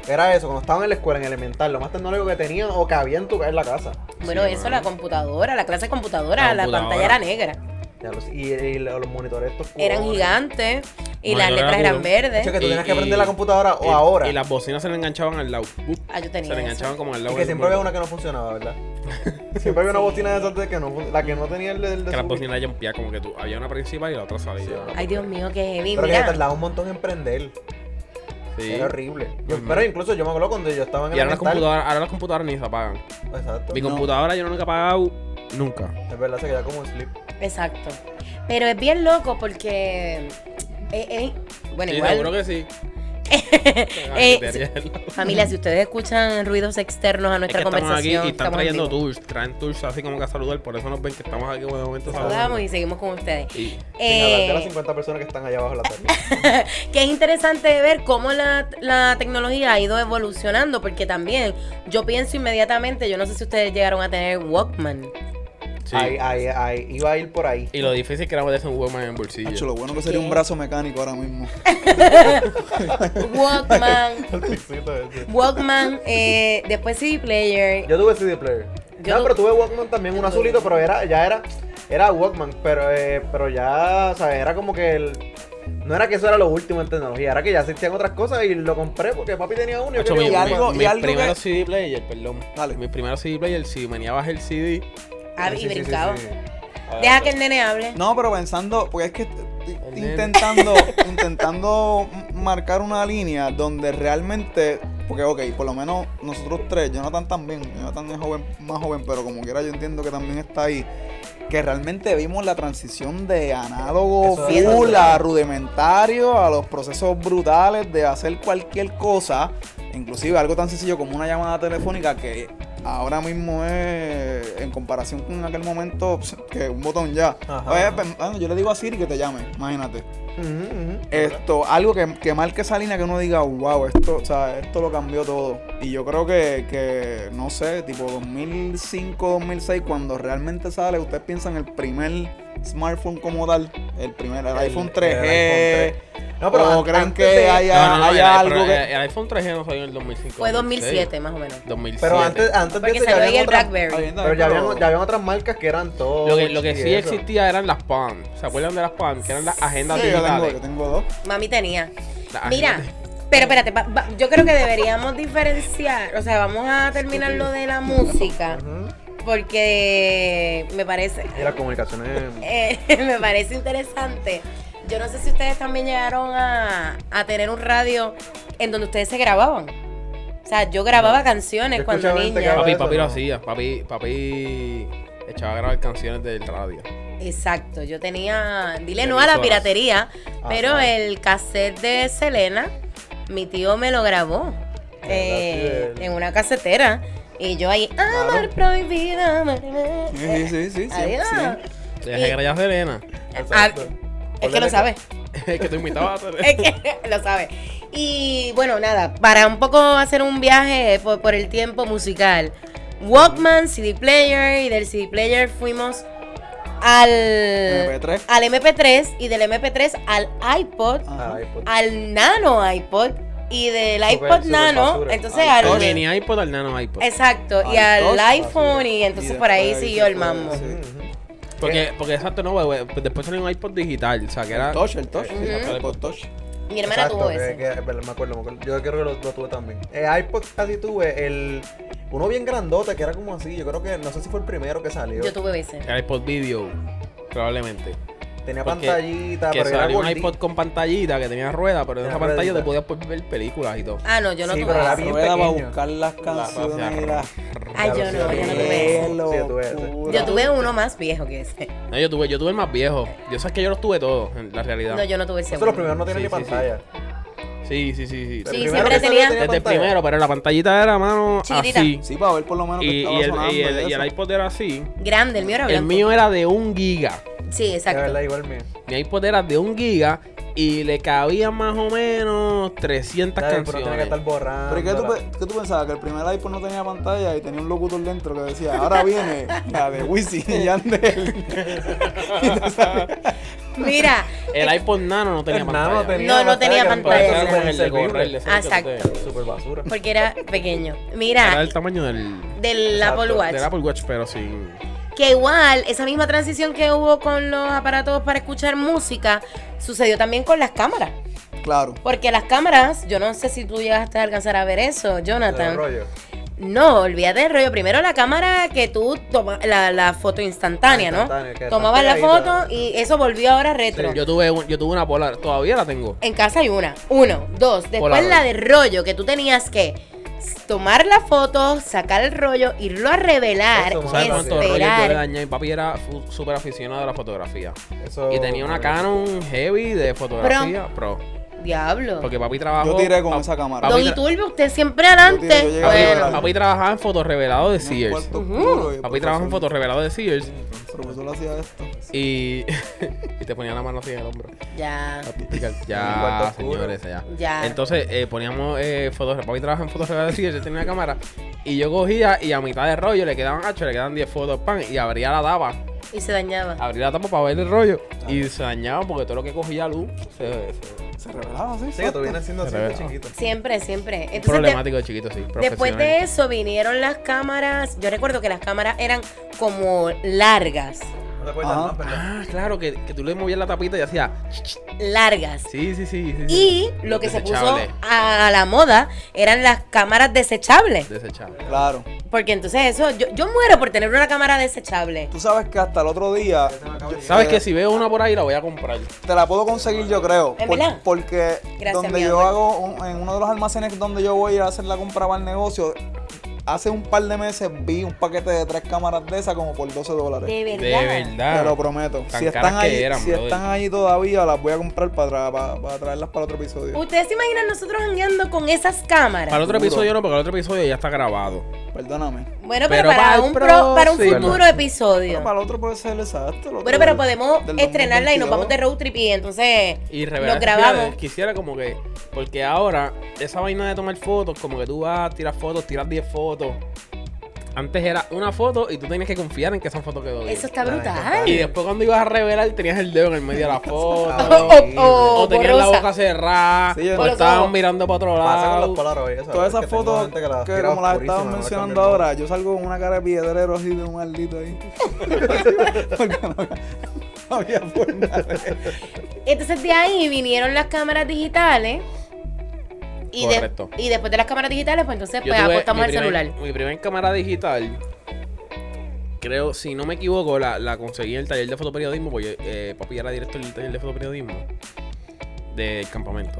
era eso, cuando estaban en la escuela, en elemental, lo más tecnológico que tenían o que había en, tu, en la casa. Bueno, Sí, eso, mano. la computadora, la clase de computadora, La la, computadora. pantalla era negra. Ya los- y, y los monitores estos. Eran cubones. gigantes y Monitor las era letras eran duro. De hecho, que verdes. tú Y- tenías que aprender y- la computadora Y- o ahora. Y las bocinas se le enganchaban al lado. Uf, Ah, yo se tenía le esa. enganchaban como al Y lado. que del siempre había una monitor. que no funcionaba, ¿verdad? <laughs> Siempre había una bocina de esas de que no fun- La que no tenía el, el de Que las su- bocinas jumpía como que tú. Había una principal y la otra salía. Sí, Sí, ahora. Ay, Dios mío, qué heavy. Pero que se Mira, tardaba un montón en prender. Sí. Era horrible. Yo- Ujú. Pero incluso yo me acuerdo cuando yo estaba en Y ahora el las, computadoras, ahora las computadoras ni se apagan. Exacto. Mi No. computadora yo nunca he apagado nunca. Es verdad, se queda como un slip. Exacto. Pero es bien loco porque. eh, eh, bueno, Sí, igual. seguro que <laughs> sí. Eh, Ay, Teriel. Familia, si ustedes escuchan ruidos externos a Es que nuestra estamos aquí y conversación, están estamos en trayendo vivo. tours, traen tours así como que a saludar, por eso nos ven que estamos aquí como de momento Saludamos saludando. y seguimos con ustedes. Y Sin hablar de las Eh, 50 personas que están allá abajo en la tabla. que es interesante ver cómo la, la tecnología ha ido evolucionando, porque también yo pienso inmediatamente, yo no sé si ustedes llegaron a tener Walkman. sí. Ahí, ahí, ahí. Iba a ir por ahí. Y lo difícil que era meterse un Walkman en el bolsillo. Hacho, lo bueno que sería un brazo mecánico ahora mismo. Walkman, <laughs> El pixito ese. Walkman, eh, después CD Player. Yo tuve CD player. Yo no, tu- pero tuve Walkman también, un azulito, pero era, ya era, era Walkman, pero, eh, pero ya, o sea, era como que el, no era que eso era lo último en tecnología, era que ya existían otras cosas y lo compré porque papi tenía uno y yo Hacho, mi, quería mi- Walkman. algo- y mis algo que- primeros CD player, perdón. Dale. Mis primeros CD player, si venías el CD, Ah, Sí, y sí, sí, sí, brincaba. sí. Deja que el nene hable. No, pero pensando, porque es que t- El nene. <laughs> intentando, intentando marcar una línea donde realmente, porque ok, por lo menos nosotros tres, Jonathan también, Jonathan es joven, más joven, pero como quiera yo entiendo que también está ahí, que realmente vimos la transición de análogo Eso es full verdad. a rudimentario, a los procesos brutales de hacer cualquier cosa, inclusive algo tan sencillo como una llamada telefónica que ahora mismo es, en comparación con aquel momento, ps, que un botón ya. Ajá. Oye, pues, bueno, yo le digo a Siri que te llame, imagínate. Ujú, ujú. Esto, algo que, que marque esa línea que uno diga, wow, esto, o sea, esto lo cambió todo. Y yo creo que, que, no sé, tipo 2005, 2006, cuando realmente sale, ustedes piensan el primer smartphone como tal, el primer, el, El- iPhone el 3G. iPhone 3G. No, pero o an- creen antes que de- haya, haya el- algo pero que. el- El iPhone 3G no salió en el 2005. Fue 2006. 2007 más o menos. 2007. Pero antes, antes de Porque eso ya salió ahí habían el otras, Está Blackberry. bien, está pero bien, ya habían, ya habían otras marcas que eran todo. Lo que, lo que y ah, sí eso. existía eran las PAM. ¿Se acuerdan de las PAM? Que eran las agendas Sí, yo tengo, digitales. yo tengo dos. Mami tenía. Ah, Las Mira, agendas- pero espérate, va- va- yo creo que deberíamos diferenciar, o sea, vamos a terminar lo de la música, Ujú. porque me parece, Y las comunicaciones. eh, <laughs> me parece interesante. Yo no sé si ustedes también llegaron a, a tener un radio en donde ustedes se grababan. O sea, yo grababa canciones Yo cuando escuchaba gente que niña. grababa Papi, eso, papi lo no. hacía. Papi, papi echaba a grabar canciones del radio. Exacto, yo tenía, dile De no a la emisoras. piratería, Ah, pero ah. el cassette de Selena, mi tío me lo grabó Verdad, eh, sí, el- en una casetera y yo ahí, amar prohibido, amar, amar". Sí, sí, sí, sí, sí, Adiós. sí. Deja que era Serena. ah, Exacto. Es que lo sabe, <laughs> Es que tú invitabas a <laughs> Serena. es que <laughs> lo sabe. Y bueno, nada, para un poco hacer un viaje por, por el tiempo musical, Walkman, CD Player y del CD Player fuimos al... Eh, MP3. al MP3 y del MP3 al iPod, Ajá. Ay, pues, al nano iPod y del Super- iPod super nano, basura. entonces Al El touch. al mini iPod, el nano iPod. exacto, y Al al touch, iPhone basura. y entonces Y por ahí después siguió el se fue, mambo. sí. ujú, ujú. Porque, porque exacto, no, güey. güey, Después salió un iPod digital. O sea, que era. Ah, El touch, el touch. sí, Ujú. el iPod touch. Mi hermana Exacto, tuvo que- ese. que- es verdad, me acuerdo, me acuerdo. Yo creo que lo, lo tuve también. Eh, iPod casi tuve el. Uno bien grandote que era como así. Yo creo que. No sé si fue el primero que salió. Yo tuve ese. Era iPod video. Probablemente. Tenía porque- pantallita, Que Ah, pero era salió un gordito. iPod con pantallita que tenía rueda, pero en Era esa pantalla te ruedita. podías pues, ver películas y todo. Ah, no, yo no Sí, tuve pero la ese. vi- Bien Rueda para pequeño. buscar las canciones. y las- Ay, yo sí, no, yo no tuve ese. Sí, yo tuve ese. Yo tuve uno más viejo que ese. No, yo tuve, yo tuve el más viejo. Yo sé que yo los tuve todos, en la realidad. No, yo no tuve ese. Eso uno. los primeros no tienen Sí, ni sí, sí. pantalla. Sí, sí, sí, sí. Sí, El primero siempre que salió tenía- Desde el pantalla. primero, pero la pantallita era, mano, Chiquitita. así. Sí, para ver por lo menos que Y, estaba y el, sonando. y, el, y y el eso. iPod era así. Grande, el mío era blanco. El mío era de un giga. Sí, De verdad, exacto. igual mío. Mi iPod era de un giga y le cabían más o menos 300 Dale, pero tiene que canciones. estar borrando. Pero ¿y ¿qué tú, pe- qué tú pensabas? Que el primer iPhone no tenía pantalla y tenía un locutor dentro que decía, ahora viene la de Wisin y Yandel. Y te sale- Mira, El iPod Nano no tenía El pantalla. nano No, no tenía Pero pantalla. era con Era el de correr, inservible. el de correr, Exacto. ese no Super basura. porque era pequeño. te- Era Mira, el tamaño del, del Apple Exacto, Watch. del Apple Watch, pero sin... Que igual, esa misma transición que hubo con los aparatos para escuchar música, sucedió también con las cámaras. claro. Porque las cámaras, yo no sé si tú llegaste a alcanzar a ver eso, Era Jonathan. rollo. No, olvídate del rollo. Primero la cámara que tú tomas, la, la foto instantánea, ¿no? Instantánea, que Tomabas la está foto pegadita. y eso volvió ahora retro. Yo tuve, un- yo tuve una polar, todavía la tengo. En casa hay una. Uno, dos. Después Polaroid. la de rollo, que tú tenías que s- tomar la foto, sacar el rollo, irlo a revelar, Eso, ¿Tú sabes cuántos rollos yo le esperar. dañé? Mi papi era fu- súper aficionado a la fotografía. Eso- Y tenía una Canon heavy de fotografía pro. Diablo. Porque papi trabajó. Yo tiré con pa- esa cámara. papi Don tra- Iturbe, usted siempre Yo tiro, yo adelante. llegué Papi, Bueno. papi trabajaba en fotorrevelado de Un Sears. cuarto Ujú. oscuro y pues, el Papi trabajaba en profesor- fotorrevelado de Sears. El profesor hacía esto. Y, <laughs> y te ponía la mano así en el hombro. Ya. Para <laughs> picar. Un cuarto Ya, oscuro. señores, ya. Ya. Entonces eh, poníamos eh, fotos. Papi trabajaba en fotos de Sears, él tenía una cámara. Y yo cogía y a mitad de rollo le quedaban hacho, le quedaban 10 fotos, pan. Y abría la tapa. Y se dañaba. Abría la tapa para ver el rollo. Y se dañaba porque todo lo que cogía luz se. se- Se revelaba, sí. Sí, que tú exacto. vienes siendo Se así revela. de chiquito. Siempre, siempre. un Entonces, de- problemático de chiquito, sí. Después profesional. de eso vinieron las cámaras. Yo recuerdo que las cámaras eran como largas. No te acuerdas Ajá. más, ¿verdad? Ah, claro, que, que tú le movías la tapita y hacía. Largas. Sí, sí, sí. sí, sí. Y lo que se puso Desechable. a la moda eran las cámaras desechables. Desechable. Claro. Porque entonces eso, yo, yo muero por tener una cámara desechable. Tú sabes que hasta el otro día Se me acaba de ¿Sabes Eh, que Si veo una por ahí, la voy a comprar. te la puedo conseguir, yo creo. ¿En por- verdad? porque Gracias, mi donde yo amor. hago, un- en uno de los almacenes donde yo voy a hacer la compra para el negocio, hace un par de meses vi un paquete de tres cámaras de esas como por 12 dólares. De De verdad. verdad. Te lo prometo. Ah, Tan si caras están que ahí, eran, si brother. están ahí todavía, las voy a comprar para, tra- para, para traerlas para otro episodio. ¿Ustedes se imaginan nosotros andando con esas cámaras? Para el otro Seguro. episodio no, porque el otro episodio ya está grabado. Perdóname. bueno, pero, pero para, para el un pro- para un próximo. futuro episodio. Pero para el otro puede ser exacto. el otro Bueno, pero del- podemos del estrenarla y nos vamos de 2022. road trip y entonces Y nos revelar. grabamos. Quisiera, quisiera como que. Porque ahora, esa vaina de tomar fotos, como que tú vas, tiras fotos, tiras 10 fotos. Antes era una foto y tú tenías que confiar en que esa foto quedó bien. Eso está Claro, brutal. Y después cuando ibas a revelar, tenías el dedo en el medio de la foto. Ah, horrible. <laughs> o- o tenías la Oh, borrosa. boca cerrada. Sí, yo- o Por los estabas ojos. mirando para otro Pasa con lado. los Polaroid. Todas esas fotos que, como las estabas mencionando ahora, yo salgo con una cara de piedrero así de un maldito ahí. Porque no había, no había forma de- Entonces de ahí vinieron las cámaras digitales. Y, de- Correcto. y después de las cámaras digitales, pues entonces Yo pues tuve apostamos mi al primer- celular. Mi primer cámara digital, creo, si no me equivoco, la, la conseguí en el taller de fotoperiodismo, porque eh, papi era director del taller de fotoperiodismo del campamento.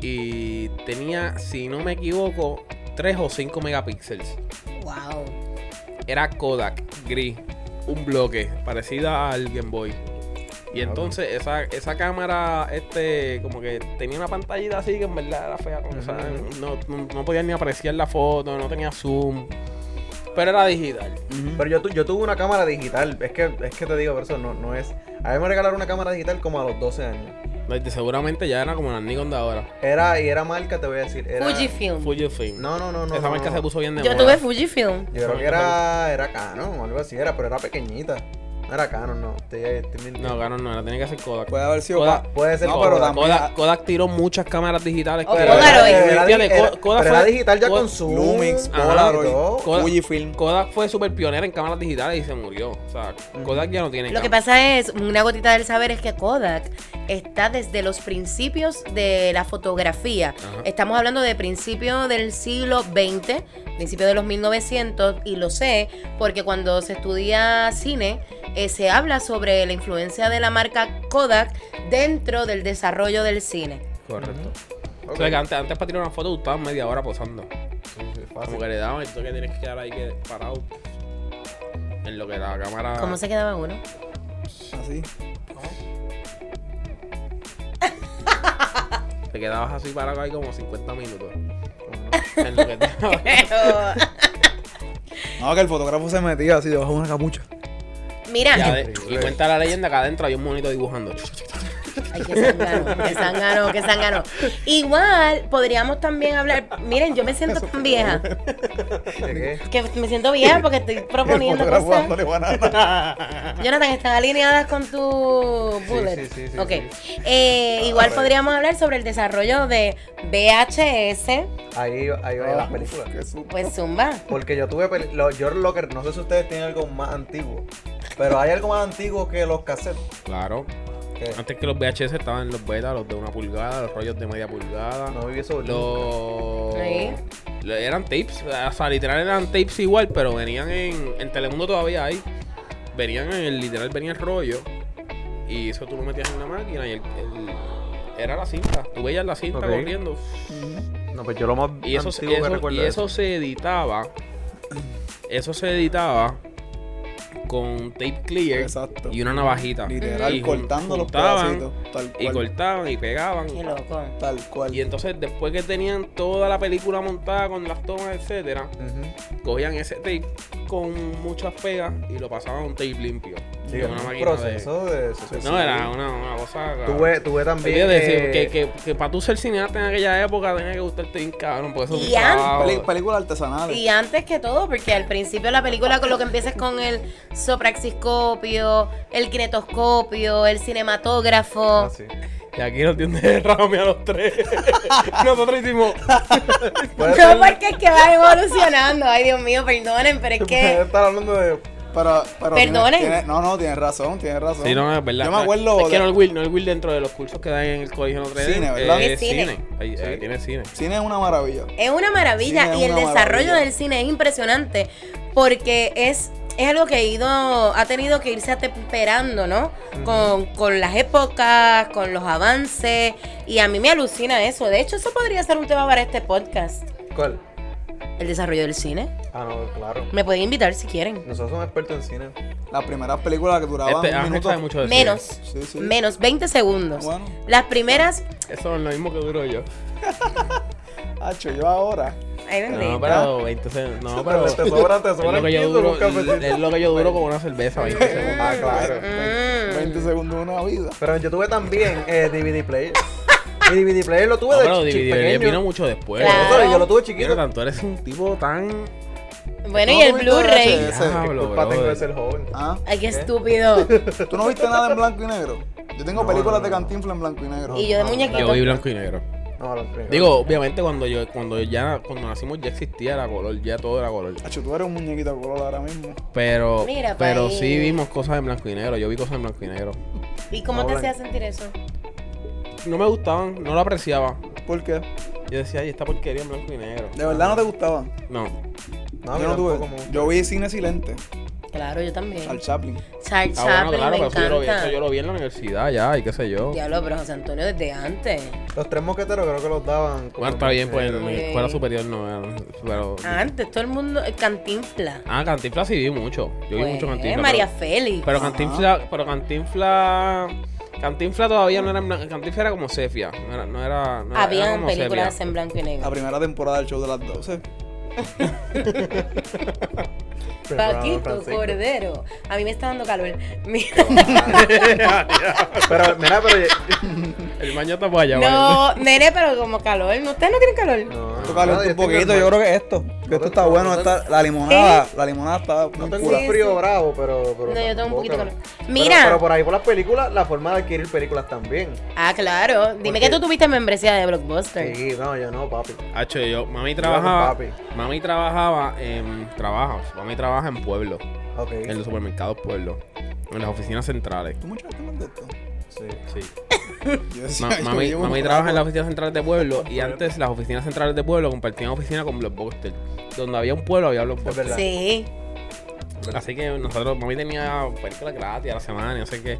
Y tenía, si no me equivoco, 3 o 5 megapíxeles. Wow. Era Kodak, gris, un bloque, parecida al Game Boy. Ah, Y entonces esa, esa cámara, este, como que tenía una pantallita así que en verdad era fea. o sea, Ujú. no, no, no podía ni apreciar la foto, no tenía zoom. Pero era digital. Pero yo, tu- yo tuve una cámara digital. Es que, es que te digo, por eso no, no es. A mí me regalaron una cámara digital como a los 12 años. Este, Seguramente ya era como la Nikon de ahora. Era, y era marca, te voy a decir. Era... Fujifilm. Fujifilm. No, no, no, no. esa no, marca no. se puso bien de Yo moda. tuve Fujifilm. Yo creo que era, era Canon o algo así, era, pero era pequeñita. No era Canon, no. Estoy, estoy mintiendo. No, claro, no, era tenía que ser Kodak. Puede haber sido. Kodak. pa- Puede ser No, Kodak. pero también. Kodak, Kodak tiró muchas cámaras digitales. O que- Pero era- Polaroid. era- Fíjate, era- Kodak- Kodak pero era fue- digital ya Kodak- con Zoom. Lumix, Ajá, y Polaroid, todo. Kodak- Fujifilm. Kodak fue súper pionera en cámaras digitales y se murió. O sea, Kodak ya no tiene Lo que cámara. pasa es, una gotita del saber es que Kodak está desde los principios de la fotografía. Ajá. Estamos hablando de principio del siglo XX, principio de los 1900, y lo sé porque cuando se estudia cine eh, se habla sobre la influencia de la marca Kodak dentro del desarrollo del cine. Correcto. Ok. O sea, que antes, antes para tirar una foto tú estabas media hora posando. Sí, sí, fácil. Como que le daban y tú que tienes que quedar ahí que parado. En lo que la cámara. ¿Cómo se quedaba uno? Así. Te quedabas así parado ahí como 50 minutos. Ujú. <laughs> En lo que estaba. No, que el fotógrafo se metía así debajo de una capucha. Mira, Ya de- y cuenta la leyenda que adentro había un monito dibujando. Ay, qué sangano, qué sangano, qué sangano. Igual podríamos también hablar. Miren, yo me siento tan vieja. ¿De qué? Que me siento vieja porque <laughs> estoy proponiendo cosas. banana. Jonathan, ¿están alineadas con tu bullet? sí, sí, sí, ok. sí. Eh, igual Ah, podríamos hablar sobre el desarrollo de VHS, Ahí, ahí va las películas. Qué susto. Oh. pues Zumba. Porque yo tuve. peli- Lo, yo lo que. No sé si ustedes tienen algo más antiguo. Pero hay algo más antiguo que los cassettes. Claro. ¿Qué? Antes que los VHS estaban Ah, los betas, los de una pulgada, los rollos de media pulgada. No viví eso. Los. Sí. Los Eran tapes. O sea, literal eran tapes igual, pero venían en. En Telemundo todavía hay. Venían en el. Literal venía el rollo. Y eso tú lo metías en la máquina y el. el- era la cinta. Tú veías la cinta Ok. corriendo. No, pues yo lo más Y eso, antiguo y que eso- recuerdo y de eso se editaba. Eso se editaba con tape clear Exacto. y una navajita. Literal, Y jun- cortando los juntaban, pedacitos. Tal Y cual. cortaban y pegaban. Qué loco. Tal cual. Y entonces después que tenían toda la película montada con las tomas, etcétera, Ujú. cogían ese tape con muchas pegas y lo pasaban a un tape limpio. Sí, De es una un máquina de- proceso de... No, era una, una cosa. Tuve, tuve también... Olvídate, sí, eh, que, que, que para tú ser cineasta en aquella época tenía que gustarte bien cabrón, porque eso es un Y antes- trabajo. Peli- películas artesanales. Y antes que todo, porque al principio la película con lo que empieza es con el sopraxiscopio, el kinetoscopio, el cinematógrafo. ah, sí. Y aquí nos tiene de rame a los tres. <laughs> Nosotros hicimos. <laughs> Puede no, ser- porque es que va evolucionando. Ay, Dios mío, perdonen, <laughs> pero es puede que. estar hablando de... Pero, pero tiene- Perdonen. tiene- no, no, tienes razón, tienes razón. Sí, no, es verdad. Yo me acuerdo Es que de- no el Will, no el Will dentro de los cursos que dan en el colegio Notre Dame. Cine, ¿verdad? eh, Es cine. Ahí- ahí tiene cine. Cine es una maravilla. Es una maravilla Cine es y el una desarrollo maravilla. del cine es impresionante porque es, es algo que ha ido, ha tenido que irse atemperando, ¿no? con, con las épocas, con los avances y a mí me alucina eso. De hecho, eso podría ser un tema para este podcast, ¿Cuál? el desarrollo del cine. Ah, no, claro. Me pueden invitar si quieren. Nosotros somos expertos en cine. Las primeras películas que duraban Este un Ángel minuto. sabe mucho de cine. Menos, Pues Sí, sí. menos 20 segundos. Bueno. Las primeras, Eso es lo mismo que duro yo. Hacho, yo ahora. ay, bendito. No, pero 20 segundos. No, pero. Te sobra, te Es sobra lo, que yo 15 duro, con cafecito. es lo que yo duro con una cerveza, 20 segundos. Ah, claro. Mm. 20 segundos de una vida. Pero yo tuve también eh, DVD player. Mi DVD player lo tuve No, de pero chi- DVD pequeño. vino mucho después. Claro. Eso, y Yo lo tuve chiquito. Mira, tanto eres un tipo tan. Bueno, No, y el no, no, Blu-ray. no, Ese, ¿Qué Diablo, culpa tengo brother. de ser joven? Ah, Ay, qué <laughs> estúpido. ¿Tú no viste nada en blanco y negro? Yo tengo No, películas no, de no. Cantinflas en blanco y negro. Y yo de Yo vi muñequito. blanco y negro. No, lo primero. Digo, obviamente cuando yo, cuando ya, cuando nacimos ya existía la color, ya todo era color. Hacho, tú eres un muñequito de color ahora mismo. Pero, Mira pa' pero ahí. sí vimos cosas en blanco y negro. Yo vi cosas en blanco y negro. ¿Y cómo te Hola. hacía sentir eso? No me gustaban, no lo apreciaba. ¿Por qué? Yo decía, ay, esta porquería en blanco y negro. De verdad no te gustaba. No. Ah, no, a mí yo no tuve. tampoco me gusta. Yo vi cine silente. Claro, yo también. Al Chaplin. Charles Ah, Chaplin, bueno, claro, me pero eso yo, lo vi, encanta. eso yo lo vi en la universidad ya, y qué sé yo. Diablo, pero José Antonio desde antes. Los tres mosqueteros creo que los daban. como Bueno, está bien, pues en Ok. Ah. mi escuela superior no era. Pero, Antes, todo el mundo. eh, Cantinfla. ah, Cantinflas sí vi mucho. Yo vi Pues, mucho Cantinflas. María pero, Félix. pero Cantinflas, pero Cantinflas, Cantinflas todavía no era, en blan- Cantinflas era como Cefia, no era, no era, no era- era Habían como películas sepia. en blanco y La negro. primera temporada del show de las 12. Paquito Francisco. Cordero. A mí me está dando calor. <laughs> Mira. Pero, mira, pero. <laughs> El baño está por allá, vaya. No, nene, pero como calor. ¿no? ¿Ustedes no tienen calor? No, Esto calienta nadie un poquito, tiene- yo creo que esto. Que esto está bueno. esta- la limonada, la limonada está No muy tengo pura. un frío bravo, pero, No, yo pero. tengo un tampoco, poquito de ¿no? calor. Pero- Mira. Pero por ahí, por las películas, la forma de adquirir películas también. Ah, claro. Dime qué? que tú tuviste membresía de Blockbuster. Sí, no, yo no, papi. Hacho, yo, mami con trabajaba, papi. mami trabajaba en, trabaja, mami trabaja en Pueblo, Ok. en los supermercados Pueblo, en las oficinas centrales. ¿Tú muchas veces de esto? Sí. Sí. <laughs> Yo decía, Ma- <laughs> yo mami llevo mami un trabaja en las rato. oficinas centrales de pueblo y antes las oficinas centrales de pueblo compartían oficina con Blockbuster. Donde había un pueblo había Blockbuster. verdad. Sí. Así que nosotros, mami tenía películas gratis a la semana, y no sé qué.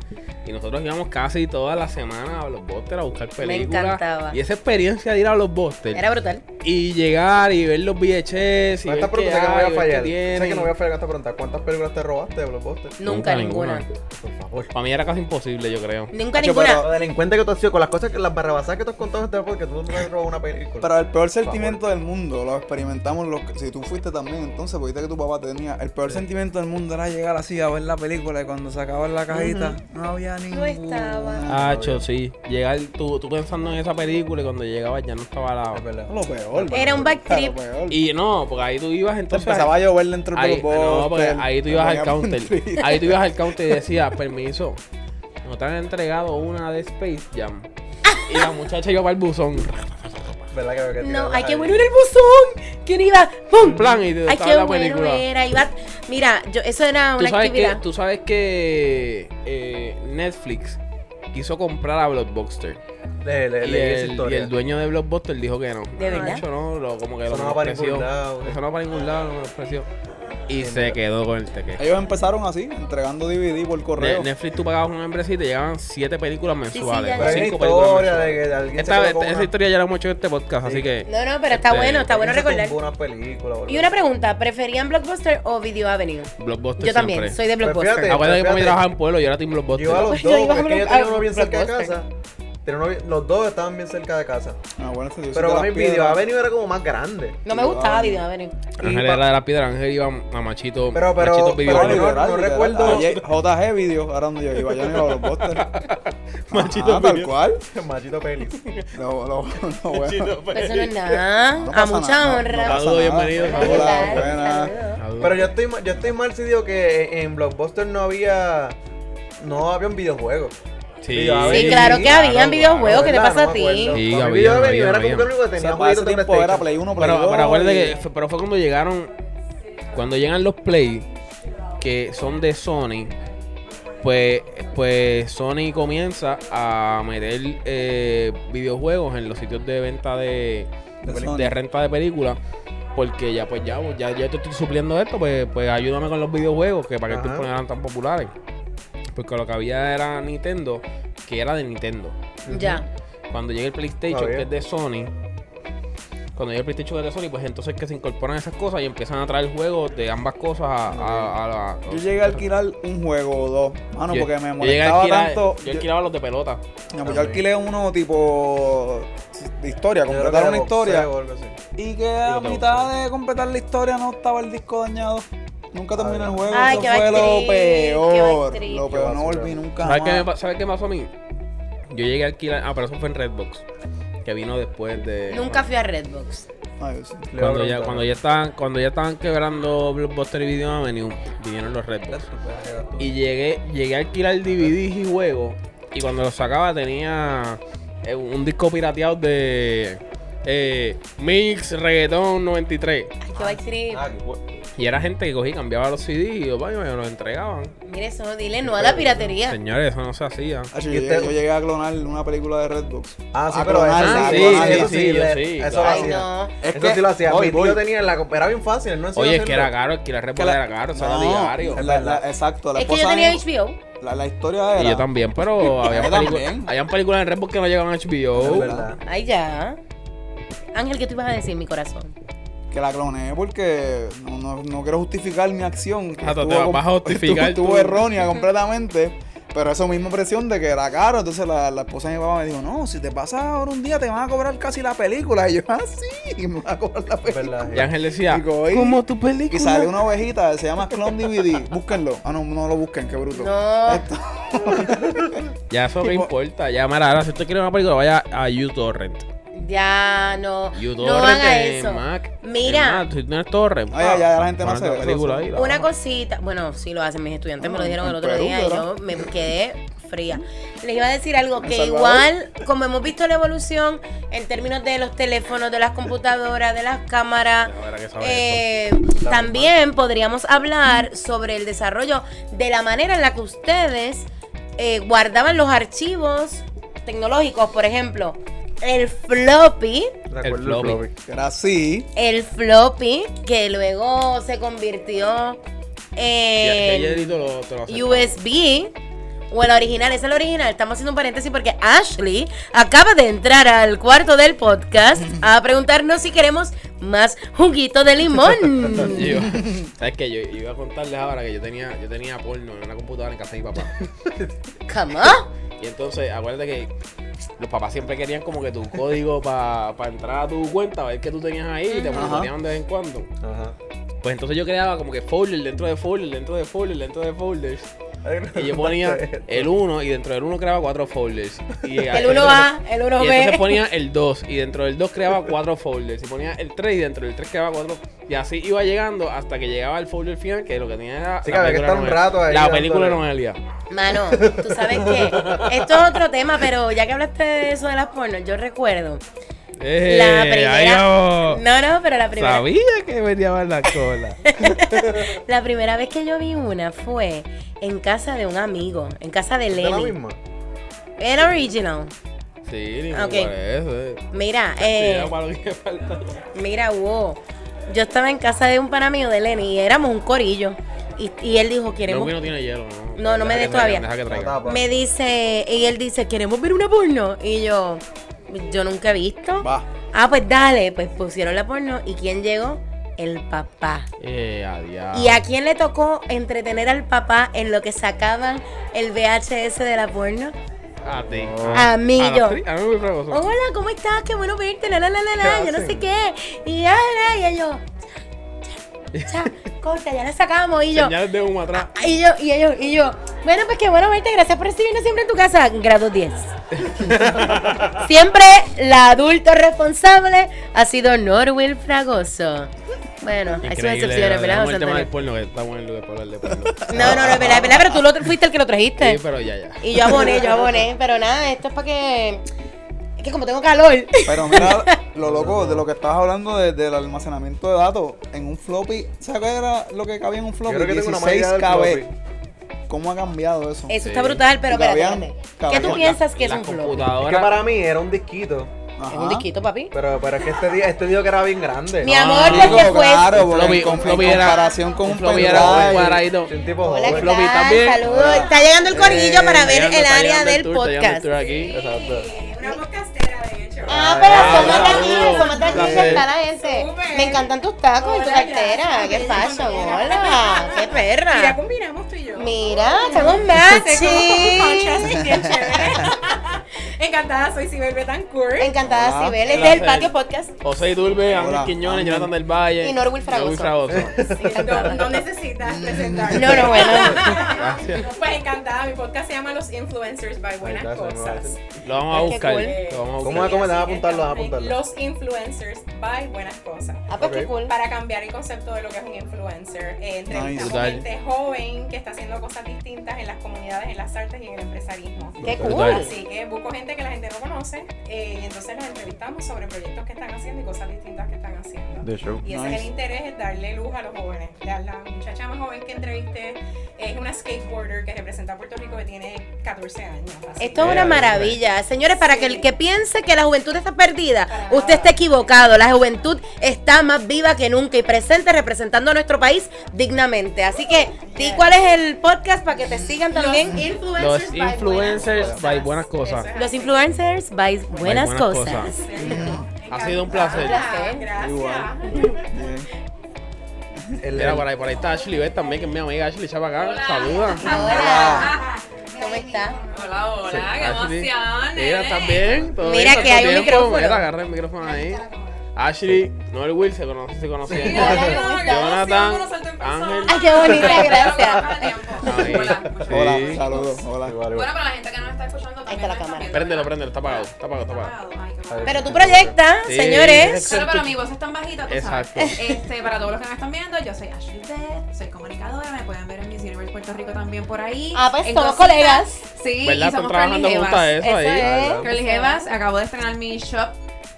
Y nosotros íbamos casi toda la semana a Blockbuster a buscar películas. encantaba. Y esa experiencia de ir a Blockbuster Era brutal. y y llegar y ver los VHS y Con esta ver qué pregunta sé que no hay, voy a ver qué fallar. Sé que tienen. no voy a fallar con esta pregunta. ¿Cuántas películas te robaste de Blockbuster? Nunca, ninguna. Por favor. Para mí era casi imposible, yo creo. Nunca Hacho, ninguna. pero- Lo delincuente que tú has sido, con las cosas que las barrabasadas que tú has contado este porque tú no te has robado una película. Pero el peor sentimiento del mundo, lo experimentamos los que- si tú fuiste también, entonces, porque viste que tu papá tenía, el peor sentimiento del mundo era llegar así a ver la película y cuando se acababa la cajita, no había ninguna. estaba. Ah, cho, sí. Llegar tú, tú pensando en esa película y cuando llegabas ya no estaba la. Es verdad. Lo peor. Era un back Era trip. lo peor. Y no, porque ahí tú Pues, ibas Te entonces. empezaba a llover dentro del ahí, ah, propósito. no, porque ahí tú ibas al counter. <laughs> Ahí tú ibas al counter y decías, permiso, no te han entregado una de Space Jam. Y la muchacha iba para el buzón. ¿Verdad que había que No, tirarlas hay que ahí? bueno era el buzón. ¿Quién iba? ¡Pum! Plan, y te Ay, estaba qué la bueno película. era. Iba... Mira, yo, eso era ¿Tú una sabes, que, actividad. tú sabes que eh, Netflix quiso comprar a Blockbuster. le- le- Y leí esa el, y historia. el dueño de Blockbuster dijo que no. ¿De verdad? Nacho, no, lo- como que Eso lo no va para ningún menospreció. lado. eh. Eso no va para ningún lado, lo menospreció. Y se quedó con el teque. Ellos empezaron así, entregando DVD por correo. Ne- Netflix tú pagabas una membresía y te llegaban 7 películas sí, mensuales. ya- o Pero hay una cinco historia películas de mensuales. que alguien Esta- se quedó esta- con esa una- historia ya la hemos hecho en este podcast, así que. No, no, pero está Este, bueno, está Ah, bueno alguien se recordar. tumbó una película, boludo. Y una pregunta, ¿preferían Blockbuster o Video Avenue? Blockbuster Yo también, siempre. soy de Pues Blockbuster. fíjate. Acuérdate que Fíjate. cuando yo trabajaba en pueblo, yo era Team Blockbuster. Yo iba a <laughs> los Yo dos, iba a es que yo Block- tenía uno bien a cerca de Blockbuster. casa. Tenía uno bien- los dos estaban bien cerca de casa. Ah, bueno, este Dios Pero de para mí las Video piedras. Avenue era como más grande. <laughs> No me Video gustaba Avenue. Video Avenue. Ángel Y pa- era de la piedra, Ángel iba a Machito. Pero- pero- Machito pero- Video. Ah, no- literal, no literal. recuerdo- Ah, J- JG Video, ahora donde yo iba, yo no iba a los pósteres. <laughs> Machito Ah, tal Video. cual. Machito Pelis. Lo, lo, lo bueno. Pero eso no es nada. No a pasa mucha nada, no- no honra. pasa Saludos, nada. bienvenidos. Hola, Hola, buenas. saludos. <laughs> Pero yo estoy, ma- yo estoy mal si digo que en Blockbuster no había. No había un videojuego. Sí, Video Avenue. Sí, claro que habían claro, videojuegos, ¿qué te ¿verdad? pasa No a me ti? acuerdo. Sí, Para mí había, Video Avenue había, era como que había. lo único que O sea, tenía para ese jueguitos de tiempo era PlayStation. Play 1, Play Pero, 2. pero acuérdate que y- fue- pero fue cuando llegaron. Cuando llegan los Play, que son de Sony, pues, pues Sony comienza a meter eh, videojuegos en los sitios de venta de, De de, Sony. renta de películas. Porque ya, pues ya, ya, ya te estoy supliendo esto, pues, pues ayúdame con los videojuegos, que para que Ajá. estos no eran tan populares. Porque lo que había era Nintendo, que era de Nintendo Ya. cuando llegue el PlayStation, Está bien. que es de Sony, cuando llegue el PlayStation que es de Sony, pues entonces que se incorporan esas cosas y empiezan a traer juegos de ambas cosas a, a- a la. Yo llegué a alquilar un juego o dos. Mano, Yo- porque me yo llegué a molestaba alquilar- tanto. Yo Yo, alquilaba los de pelota. no, pues yo alquilé uno tipo de historia, Yo creo que completar era una historia. boxeo o algo así. Y que a tengo mitad de completar la historia no estaba el disco dañado. Nunca Ah, terminé el juego. Ay, Eso qué fue lo backtrip, qué peor. backtrip. Lo Qué peor. No basura. volví nunca ¿Sabes qué, me, más. pa- ¿Sabes qué me pasó a mí? Yo llegué a alquilar. Ah, pero eso fue en Redbox, que vino después de. Nunca fui a Redbox. Ay, Dios mío. Le Cuando voy a ya, preguntar. cuando, ya estaban, cuando ya estaban quebrando Blockbuster y Video Avenue, vinieron los Redbox. Y llegué, llegué a alquilar DVDs y juegos. Y cuando los sacaba tenía eh, un disco pirateado de eh, Mix Reggaeton 93. Ay, qué backtrip. Ah, qué bueno. Y era gente que cogía y cambiaba los CDs y yo, vaya, me los entregaban. Mire eso, dile no a la piratería. Señores, eso no se hacía. Ah, yo, ¿Y llegué, usted? yo llegué a clonar una película de Redbox. Ah, sí, A pero eso clonarla, Ah, a sí, clonarla. sí, sí, yo sí, Eso lo claro. Ay, hacía. no. Es Eso que- sí lo hacía. voy, Mi voy. tío tenía la. Era bien fácil, él no enseñó Oye, es a que hacerlo. era caro alquilar que Redbox, la- era caro, eso era No, diario. la- verdad. la- exacto. La Es que yo esposa tenía de- HBO. La, la historia era. Y yo también, <laughs> pero había Yo películas, también. habían películas en Redbox que no llegaban a Es HBO. <laughs> verdad. Ay, ya. Ángel, ¿qué tú ibas a decir, mi corazón? Que la cloné porque no, no- no quiero justificar mi acción. que Ah, tú te estuvo vas a com- justificar Estuvo, tú. estuvo errónea completamente. Pero esa misma presión de que era caro. Entonces la, la esposa de mi papá me dijo: No, si te pasas ahora un día te van a cobrar casi la película. <laughs> Y yo, ah, sí, me van a cobrar la Es película. verdad. Y Ángel decía, Digo, oye. como tu Y película. sale una ovejita, se llama Clone DVD. Búsquenlo. Ah, no, no lo busquen, qué bruto. No. Esto- Ya eso que Tipo- importa. Ya, mira, ahora si usted quiere una película, vaya a uTorrent. Ya, no. uTorrent No haga en eso. Mac. Mira. En Mac, tú tienes torrent. Ay, ay, ay, la gente no Ponte hace la eso, película eso. ahí, la Una baja. cosita, bueno, sí lo hacen mis estudiantes, me lo Ah, dijeron el en otro Perú, día y yo ¿verdad? me quedé fría. Les iba a decir algo, ¿En que Salvador? igual, como hemos visto la evolución en términos de los teléfonos, de las computadoras, de las cámaras, Ya verá que sabe eh, también podríamos hablar sobre el desarrollo de la manera en la que ustedes eh, guardaban los archivos tecnológicos, por ejemplo, el floppy. Recuerdo El floppy. Era así. El floppy, que luego se convirtió Ya, ya en Yelito lo- te lo acepta. USB. O el original, es el original. Estamos haciendo un paréntesis porque Ashley acaba de entrar al cuarto del <laughs> podcast a preguntarnos si queremos más juguito de <laughs> limón. Yo- ¿Sabes qué? Yo, yo iba a contarles ahora que yo tenía, yo tenía porno en una computadora en casa de mi papá. ¿Cómo? Y entonces, acuérdate que los papás siempre querían como que tu código para entrar a tu cuenta, ver qué tú tenías ahí y te Ujú. monitoreaban de vez en cuando. Ajá. Pues entonces yo creaba como que folder dentro de folder, dentro de folder, dentro de folders. Y <laughs> yo ponía el 1 y dentro del 1 creaba cuatro folders. Y El 1A, el Y entonces 1B. ponía el 2 y dentro del 2 creaba cuatro folders. Y ponía el 3 y dentro del 3 creaba cuatro. Y así iba llegando hasta que llegaba el folder final que lo que tenía era Sí, que había que película estar un novela. rato ahí La dándole. película Noelia. Mano, tú sabes que esto es otro tema, pero ya que hablaste de eso de las pornos, yo recuerdo la Eh, primera. No, no, pero la primera. Sabía que venía la cola. La primera vez que yo vi una fue en casa de un amigo, en casa de ¿Es la Lenny. misma? Era original. <laughs> Sí, ni Ok. me parece. Mira, Sí, eh, ya para lo que falta. Mira, wow. Yo estaba en casa de un pana mío de Lenny y éramos un corillo. Y, y él dijo, No, queremos. vino tiene hielo, ¿no? No, no me Deja des que todavía. traigan, Deja que traigan. Tapa. Me dice, y él dice, queremos ver una porno. Y yo, yo nunca he visto. Va. Ah, pues dale, pues pusieron la porno. ¿Y quién llegó? El papá. Eh, adiós. ¿Y a quién le tocó entretener al papá en lo que sacaban el VHS de la porno? A ti. A mí A la yo. actriz, A mí me fragoso. Hola, ¿cómo estás? Qué bueno verte, la la la la, la, ¿Qué yo no sé hacen? qué. Y ya, ya, y ellos, cha, cha, <laughs> cha, corta, ya la sacamos. Y yo, Señales de humo atrás. Ah, y yo, y ellos, y yo, bueno, pues qué bueno verte, gracias por recibirnos siempre en tu casa. Grado <laughs> 10. siempre la adulto responsable ha sido Norwil Fragoso. Bueno, hay sus Increíble, excepciones, ¿verdad, dejamos José el tema Antonio? del porno, que está bueno el lugar para hablar de <laughs> porno. No, no, no, ¿verdad? ¿verdad? Pero tú lo tra- fuiste el que lo trajiste. Ah, Sí, pero ya, ya. Y yo aboné, yo aboné. Pero nada, esto es para que. Es que como tengo calor. <laughs> Pero mira lo loco de lo que estabas hablando de- del almacenamiento de datos en un floppy. ¿Sabes qué era lo que cabía en un floppy? creo que tengo una malla 16 del KB. ¿Cómo ha cambiado eso? Eso Sí. está brutal, pero Y espérate, cabían- espérate. ¿Qué cabían tú la- piensas que es Las un floppy? Es que computadoras- para mí era un disquito. Ajá. Es un disquito, papi. Pero, pero es que este día, este video que era bien grande. Mi Ah, amor, Chico, porque fue. claro, Un porque floppy- en, com- un floppy en era- comparación con un un floppy era un pendrive. cuadradito. Soy un tipo Hola, ¿qué joven. Floppy tal? también. Eh, Saludos. Está Eh, llegando el corillo para ver el área del podcast. Exacto. Una podcastera, de hecho. Ah, pero somos Ah, tranquilos, saludos. somos tranquilos, Placer. está la ese. Súper. este. Me encantan tus tacos y tu Hola, cartera. gracias, Qué bella, fashion, cuando quieras. hola. Qué Ya perra. combinamos tú y yo. Mira, estamos Hacer como matching. podcast, bien chévere. <laughs> Encantada, soy Sibel Betancourt. Encantada, Hola. Sibel. Es del Placer. Patio Podcast. José Iturbe, Ángel Hola. Quiñones, Ángel. Jonathan del Valle. Y Norwil Fragoso. <laughs> Fragoso. Sí, no, no necesitas presentar. No, no, bueno. Pues encantada, mi podcast se llama Los Influencers by Buenas Ahí está, se me va a Cosas. Eh, Lo vamos a Qué buscar. cool. Lo vamos a ¿Cómo buscar. es? ¿Cómo es? Dame a Así que apuntarlo, dame a estamos en apuntarlo. Los Influencers by Buenas Cosas. Ah, pues qué Ok. cool. Para cambiar el concepto de lo que es un influencer, eh, entrevistamos Brutal. gente joven que está haciendo cosas distintas en las comunidades, en las artes y en el empresarismo. Qué Brutal. cool. Así que busco gente que la gente no conoce eh, y entonces nos entrevistamos sobre proyectos que están haciendo y cosas distintas que están haciendo. De show. Y ese es Nice. el interés, es darle luz a los jóvenes. La, la muchacha más joven que entrevisté es una skateboarder que representa a Puerto Rico que tiene 14 años. así Esto es una Mira, mira. maravilla. Señores, para que el que piense que la juventud está perdida, usted está equivocado. La juventud está más viva que nunca y presente representando a nuestro país dignamente. Así que, di cuál es el podcast para que te sigan Los también. Los influencers, by influencers by buenas cosas. Eso es Los así. influencers, vais buenas, buenas cosas. cosas. Encantada. Eh, Ha sido un placer. Un placer. Gracias. Igual. Bien. El, Mira, por ahí, por ahí está Ashley Beth también, que es mi amiga Ashley Chabacán. Saluda. Hola. ¿Cómo está? Hola, hola, qué Ashley. emoción. Mira, nene. <laughs> también. Todo Mira bien, que tanto hay un tiempo. micrófono. Mira, agarra el micrófono ahí. Ashley, Noel Will se conoce, se conocían. Hola, ¿cómo estás? Jonathan, Sí, conocerte en persona. Ángel. Ay, qué <laughs> bonita, Hola, gracias. Ahí. Hola. Sí. Hola, saludos. Hola. Igual, Bueno, igual. para la gente que nos está escuchando también. está la nos cámara. viendo. Préndelo, préndelo, está apagado, está apagado, está apagado. Ay, qué bueno. Pero tu proyecta, Sí. señores. Claro, pero mi voz es tan bajita, tú Exacto. sabes. <laughs> Este, para todos los que me están viendo, yo soy Ashley Dead, soy comunicadora, me pueden ver en Miss Universe Puerto Rico también por ahí. Ah, pues En somos cositas. colegas. Sí, ¿Verdad? y somos Están trabajando Curly juntas ¿eh? Jevas. Eh, eso ahí. Eso es. Curly Jevas, acabo de estrenar mi shop,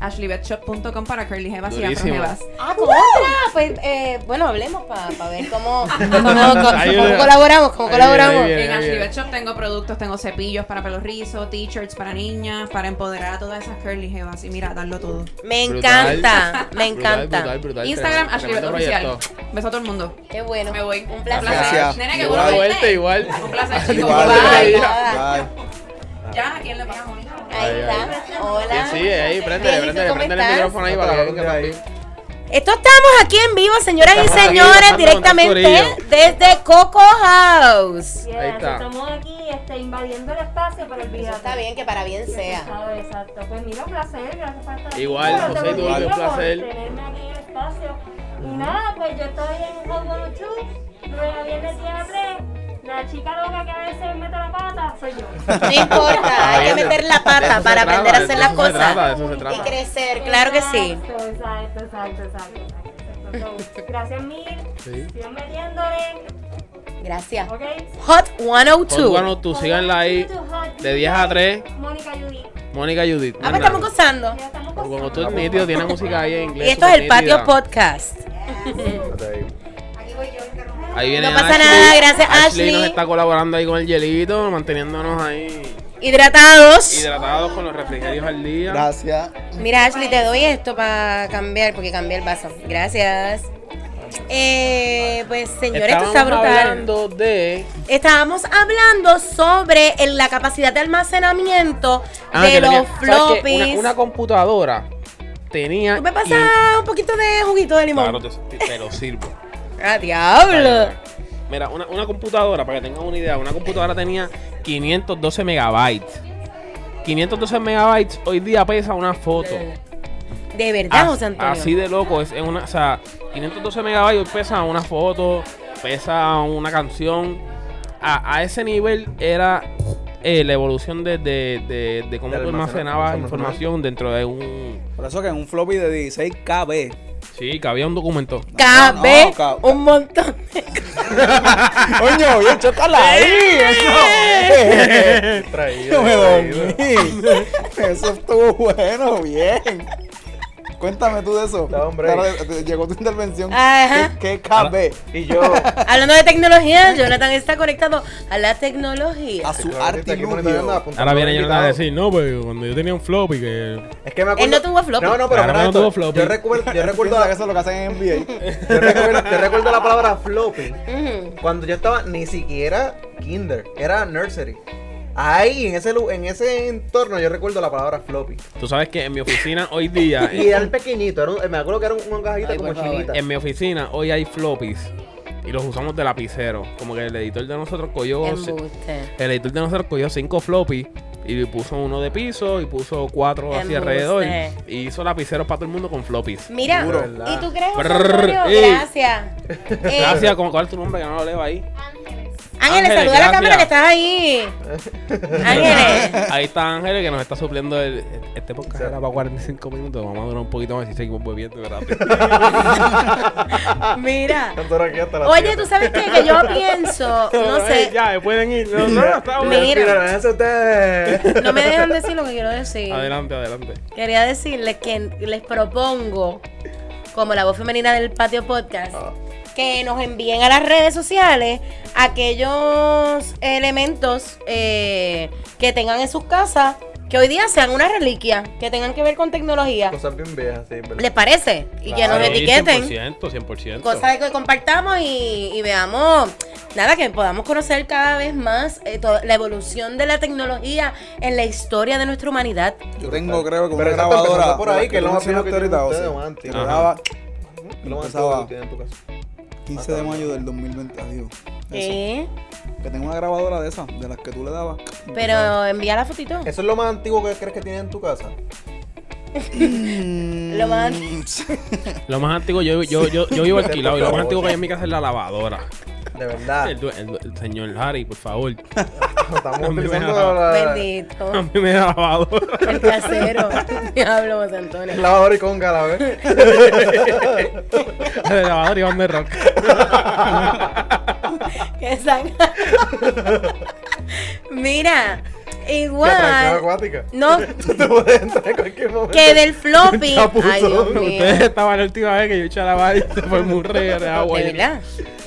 ashleydeadshop.com para Curly Jevas y Afro Durísimo. Jevas. Ah, contra. Pues, eh, bueno, hablemos para ver cómo, cómo- cómo- <laughs> Ahí cómo viene. colaboramos, cómo Ahí viene, ahí colaboramos. viene. En Ashley Bed Shop tengo productos, tengo cepillos para pelo rizo, t-shirts para niñas, para empoderar a todas esas curly jevas y mira, darlo todo. Me Brutal. encanta, me Brutal, encanta. brutal, brutal. Instagram, Tremendo- Ashley Bed tremendo Oficial. proyecto. Beso a todo el mundo. Qué bueno. Me voy. Un placer. Gracias. Nene, que Igual, bueno vuelta, verte. igual. Un <laughs> placer, chicos. Igual. Bye. Bye. Ya, ¿a quién le pegamos? Ahí está. Hola. Sí, sí, ahí, Bien, ¿y préndele, tú préndele, cómo préndele el estás? micrófono ahí para que venga también. Esto estamos aquí en vivo, señoras y Estamos aquí, señores, pasando directamente un corillo. desde Coco House. Yes, Ahí está. Estamos aquí este, invadiendo el espacio, pero olvídate. Está bien que para bien sea. Exacto, exacto. Pues mira, un placer, gracias por estar aquí. Igual, Gracias José, por tú, un placer. tenerme aquí en el espacio. Y nada, pues yo estoy en Hot 102, luego a viernes día 3. La chica loca que a veces mete la pata soy yo. <laughs> No importa, hay que meter la De pata eso para se aprender a trata, hacer las de eso se cosas trata, de eso se y trata. crecer, claro que sí. Exacto, exacto, exacto, exacto. exacto. So, gracias mil. Sí. Sigan metiéndole. Gracias. Ok. Hot Tú. 102. Bueno, tú síganla ahí. De 10 a 3, Mónica Judith. Mónica y Judith. Ah, pues estamos gozando. Ya estamos Cuando tú pasando. es nítido, tiene música ahí en inglés. Y esto es el súper nítida. Patio Podcast. Hasta ahí. Ahí viene No pasa Ashley. nada, gracias, Ashley. nos está colaborando ahí con el hielito, manteniéndonos ahí. Hidratados. Hidratados con los refrigerios al día. Gracias. Mira, Ashley, te doy esto para cambiar, porque cambié el vaso. Gracias. Eh, pues, señores, esto Estábamos está brutal. hablando de Estábamos hablando sobre el- la capacidad de almacenamiento Ah, de que los tenía- ¿sabes qué? floppies. Una, una computadora tenía. ¿Tú me y- pasas un poquito de juguito de limón? Claro, te, te- te lo sirvo. ¡Ah, diablo! Mira, una, una computadora, para que tengan una idea, una computadora tenía 512 megabytes. 512 megabytes hoy día pesa una foto. De verdad, As- José Antonio. Ah, Así de loco. Es, es una, o sea, 512 megabytes pesa una foto, pesa una canción. A, a ese nivel era eh, la evolución de, de- de- de cómo Del tú almacenamiento, almacenabas almacenamiento. información dentro de un. Por eso que en un floppy de 16 KB. Sí, que había un documento. Cabe No, ca- un montón <laughs> de <laughs> Coño, bien, chócala ahí. Eso. <laughs> <laughs> Yo Traído. me traído. dormí. Eso estuvo bueno, bien. Cuéntame tú de eso. Da un break. Ahora, te- Llegó tu intervención. Ajá. ¿Qué, qué KB? Y <laughs> yo. Hablando de tecnología, Jonathan está conectado a la tecnología. Ah. A su arte Aquí monitoreando, y apuntando Ahora viene al Jonathan a invitado. decir, no, pero cuando yo tenía un floppy que. Es que me acuerdo. Él no tuvo floppy. No, no, pero Claro, mira no esto. tuvo floppy. Yo recuerdo, <laughs> yo recuerdo, Recuerda que eso es lo que hacen en NBA. yo recuerdo, yo recuerdo la palabra floppy. Ujú. Cuando yo estaba ni siquiera kinder, era nursery. Ahí, en ese, lu- en ese entorno, yo recuerdo la palabra floppy. Tú sabes que en mi oficina hoy <laughs> día. Y era el pequeñito, era un- me acuerdo que era un- una cajita Ay, como por favor. em- chinita. En mi oficina hoy hay floppies y los usamos de lapicero. Como que el editor de nosotros cogió. Embuste. El editor de nosotros cogió cinco floppies y puso uno de piso y puso cuatro así Embuste. Eh. alrededor. Y hizo lapiceros para todo el mundo con floppies. Mira, Duro, ¿y ¿verdad? tú crees, José Brrr, Antonio? ey. <laughs> Gracias. Eh, Gracias, como cuál es tu nombre que no lo leo ahí. Ángeles. Ángeles, Ángeles, saluda a la gracias. cámara que estás ahí. <laughs> Ángeles. Ahí está Ángeles que nos está supliendo el, este podcast era para 45 minutos. Vamos a durar un poquito más y seguimos bebiendo rápido. Mira. Tanto era que hasta las Oye, siete. tú sabes qué? que yo pienso, <laughs> no sé, ya, pueden ir. No, no, está bueno. Mira. Respiraron, <laughs> eso ustedes. no me dejan decir lo que quiero decir. Adelante, adelante. Quería decirles que les propongo, como la voz femenina del patio podcast, que nos envíen a las redes sociales aquellos elementos eh, que tengan en sus casas que hoy día sean una reliquia, que tengan que ver con tecnología. Cosas bien viejas, sí, ¿verdad? ¿Les parece? Y que nos Sí, etiqueten. 100%, 100%. Cosas que compartamos y, y veamos, nada, que podamos conocer cada vez más eh, toda la evolución de la tecnología en la historia de nuestra humanidad. Yo tengo, creo que, una Pero eso está grabadora. empezando por ahí, que es lo tú más viejo que mencionaste tienen ahorita, ustedes, José. man, tío. Que grababa Lo más Empezaba. antiguo que tiene en tu casa. 15 de mayo del 2020. Adiós. Eso. ¿Eh? Que tengo una grabadora de esas, de las que tú le dabas. <laughs> Empezaba. Pero envía la fotito. Eso es lo más antiguo que crees que tienes en tu casa. Mm. Lo más- Lo más antiguo, yo, yo, yo, yo vivo alquilado y lo más Por Ah. favor. antiguo que hay en mi casa es la lavadora. <laughs> De verdad. El, due- el due- el señor Harry, por favor. <laughs> Estamos Hombre, utilizando me la, la A Bendito. mí me da lavadora. El casero. Diablo, José Antonio. lavadora y conga a la vez. De lavadora y banda <laughs> de rock. Qué sangre. <laughs> Mira, La atracción igual. acuática. <laughs> No, Tú te puedes entrar en cualquier momento. que del floppy. chapuzón. Ay, Dios mío. Ustedes estaban la última vez que yo eché a lavar y se fue muy rey de agua. De verdad.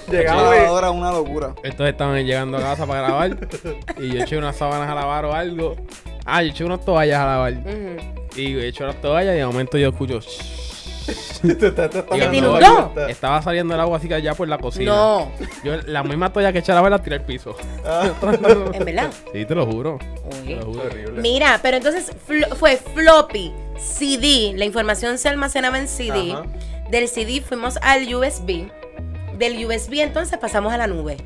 La Llegamos y... grabadora es una locura. Estos estaban llegando a casa para grabar y yo eché unas sábanas a lavar o algo. Ah, yo eché unas toallas a lavar. Ujú. Y he hecho las toallas y de momento yo escucho. <laughs> Te estás- te estás Y ¿Se te cuando- inundó? Estaba saliendo el agua así que allá por la cocina. No, Ah. Yo la misma toalla que eché a lavar la tiré al piso. en verdad. <laughs> Sí, te lo juro. Te Oye. lo juro. Horrible. Mira, pero entonces fl- fue floppy, CD, la información se almacenaba en CD. Ajá. Del CD fuimos al USB. Del USB entonces pasamos a la nube,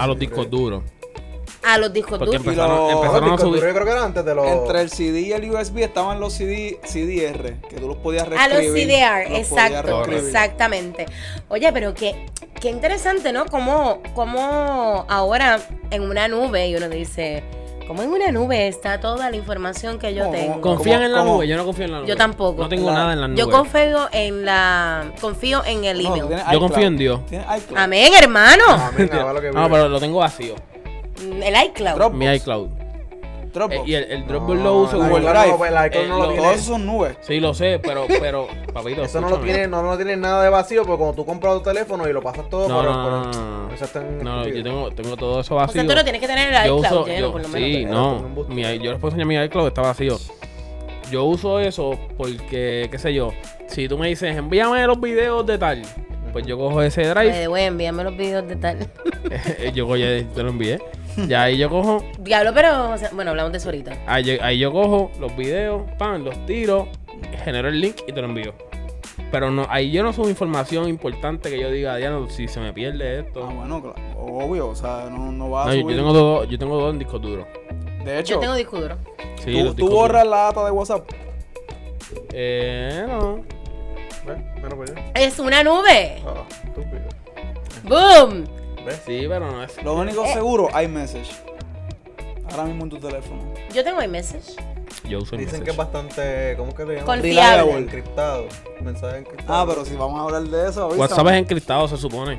A los discos duros. a los discos Porque duros. empezaron, los- Los empezaron a discos duros yo subir. creo que era antes de los... Ah, Entre el CD y el USB estaban los CD, CDR, que tú los podías A Ah, los reescribir. CDR, los podías exacto, reescribir. exactamente. Oye, pero qué, qué interesante, ¿no? Como, como ahora en una nube, y uno dice, como en una nube está toda la información que yo ¿Cómo, tengo. cómo? ¿Confían en la ¿Cómo? nube? Yo no confío en la nube. Yo tampoco. No tengo La- nada en la nube. Yo confío en la, confío en el No, tú email. tienes Yo iCloud. confío en Dios. Tienes iCloud. Amén, hermano. Ah, Amén, ahora lo que No, vive. pero lo tengo vacío. El iCloud. Drop- Mi iCloud. Dropbox. Eh, y el, el Dropbox lo uso la Google Google Drive. Drive. el iCloud Eh, no lo lo- Todos tiene. esos son nubes. Sí, lo sé, <laughs> pero, pero, papito. Eso no lo escúchame. tiene, no, no tiene nada de vacío, porque cuando tú compras tu teléfono y lo pasas todo No, por, no, por- no, no, no. Eso está en No, yo tengo, tengo todo eso vacío. O sea, tú lo tienes que tener en el yo iCloud uso, lleno, yo- por lo menos. sí, Era como un no. busto. Mi, yo les puedo enseñar mi iCloud, está vacío. Yo uso eso porque, qué sé yo, si tú me dices, envíame los videos de tal, pues yo cojo ese drive, Oye, güey, envíame los videos de tal. <laughs> yo cojo- ya te lo envié, ya ahí yo cojo, <laughs> Diablo, pero. o sea, bueno, hablamos de eso ahorita. ahí, yo- ahí yo cojo los videos, pan, los tiro, genero el link y te lo envío. Pero no, ahí yo no subo información importante que yo diga, ya no, si se me pierde esto. Ah, bueno, claro, obvio, o sea, no, no Ah, va a No, yo, yo subir. tengo dos, yo tengo dos en discos duros. De hecho, Yo tengo disco duro. Sí, tú, los tú discos borras duros. la data de WhatsApp. Eh, no. ¿Ves? Bueno, pues ya. Es una nube. Ah, estúpido. ¡Boom! ¿Ves? Sí, pero no es. Lo único Eh. seguro, iMessage. Ahora mismo en tu teléfono. Yo tengo iMessage. Yo uso el Dicen message. que es bastante, ¿cómo que le llaman? Confiable. Encriptado. Mensaje encriptado. Ah, pero si vamos a hablar de eso, avísame. WhatsApp es encriptado, se supone.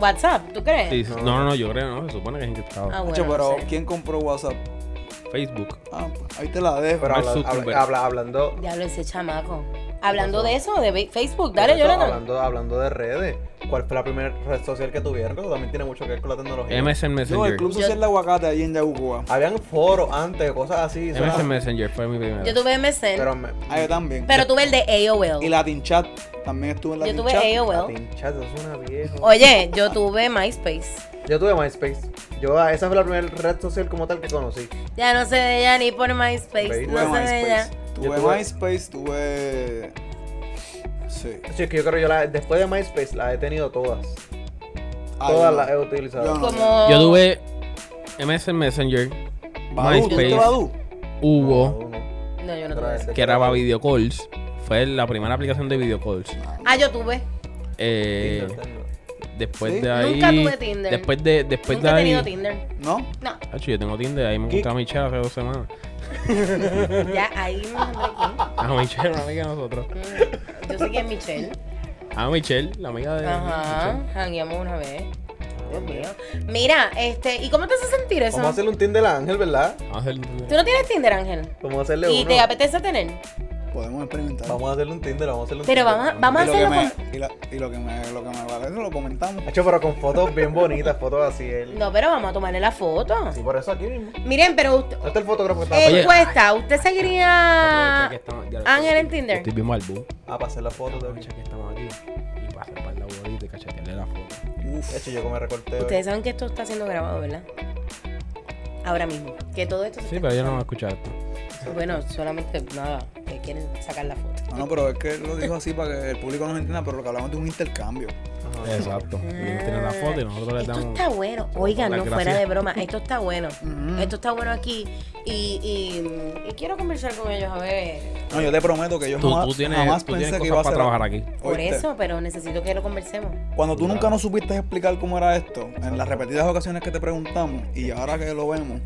WhatsApp, ¿tú crees? Ah. Sí, sí. no, no, no, yo creo, no. Se supone que es encriptado. Ah, Hacho, bueno. pero no sé. ¿quién compró WhatsApp? Facebook. Ah, pues, ahí te la dejo. Pero Mark habla- habla- Zuckerberg. habla- hablando. Diablo, ese chamaco. Hablando de eso, de Facebook, por dale, eso, Jonathan. hablando, hablando de redes, ¿cuál fue la primera red social que tuvieron? Que también tiene mucho que ver con la tecnología. MSN Yo, el Messenger. Club Social de Aguacate allí en Yabucoa. Habían foros antes, cosas así. ¿sabes? MSN Messenger fue mi primero. Yo tuve MSN, Pero pero, me. Ah, yo también. tuve el de AOL. Y Latin Chat, también estuve en Yo Latin tuve Chat. AOL. Latin Chat, eso suena viejo. Oye, yo tuve MySpace. Yo tuve MySpace. Yo, ah, esa fue la primera red social como tal que conocí. Ya no sé de ella ni por MySpace. Baby. Tuve No sé de ella. MySpace. Yo Tuve tuve- MySpace, tuve. Sí. Sí, es que yo creo que yo la, después de MySpace la he tenido todas. Ay, todas no. las he utilizado. Ah, Yo no. Como. Yo tuve MSN Messenger. Badoo, ¿tú MySpace. te Badoo? Hubo, No, No, yo no otra tuve vez. eso. que era para video calls. Fue la primera aplicación de video calls. Ah, yo tuve. Eh, Tinder, Tinder. después ¿Sí? de ahí. Nunca tuve Tinder. Después de, después Nunca he de tenido ahí. Tinder. ¿No? No, Hacho, yo tengo Tinder, ahí me Geek. gusta a Michelle hace dos <laughs> semanas. ya ahí me encontré aquí. A Michelle, una amiga de nosotros. Mm, Yo sé que es Michelle. A Michelle, la amiga de. Ajá, Michelle. jangueamos una vez. Dios mío. Mira, este, ¿y cómo te hace sentir eso? Vamos a hacerle un Tinder a Ángel, ¿verdad? Vamos a hacer un Tinder. Tú no tienes Tinder, Ángel. Vamos a hacerle Y uno. te apetece tener. Podemos experimentar. Vamos a hacerle un Tinder, vamos a hacerle un Pero Tinder. vamos a, vamos a y lo que hacerlo me, con. y, la- y lo que me, lo que me vale, eso lo comentamos. Hacho, pero con fotos bien bonitas, fotos así. Él. No, pero vamos a tomarle la foto. Sí, por eso aquí mismo. Miren, pero usted. ¿Dónde está el fotógrafo que está Eh, Oye. Encuesta, ¿usted seguiría Aprovecha que estamos- ya lo- Ángel en Yo Tinder? Estoy bien malbu. Ah, para hacer la foto Aprovecha también. que estamos aquí y pasa para la bolita y cachetearle la foto. De hecho, yo como me recorté. hoy. Ustedes saben que esto está siendo grabado, ¿verdad? Ahora mismo. Que todo esto. se Sí, está- pero yo no voy a escuchar esto. Bueno, solamente nada. Que quieren sacar la foto. No, no, pero es que lo dijo así para que el público nos entienda, pero lo que hablamos es de un intercambio. Ajá. Exacto. Él tiene la foto y nosotros le Esto damos. está bueno. Oigan, las no gracias. fuera de broma. Esto está bueno. Ujú. Esto está bueno aquí. Y, y- y quiero conversar con ellos a ver. No, yo te prometo que yo Tú, jamás, tú tienes, jamás tú pensé tienes cosas que iba a para ser. trabajar aquí. Por Oíste, eso, pero necesito que lo conversemos. Cuando tú Claro. nunca nos supiste explicar cómo era esto, en las repetidas ocasiones que te preguntamos y ahora que lo vemos,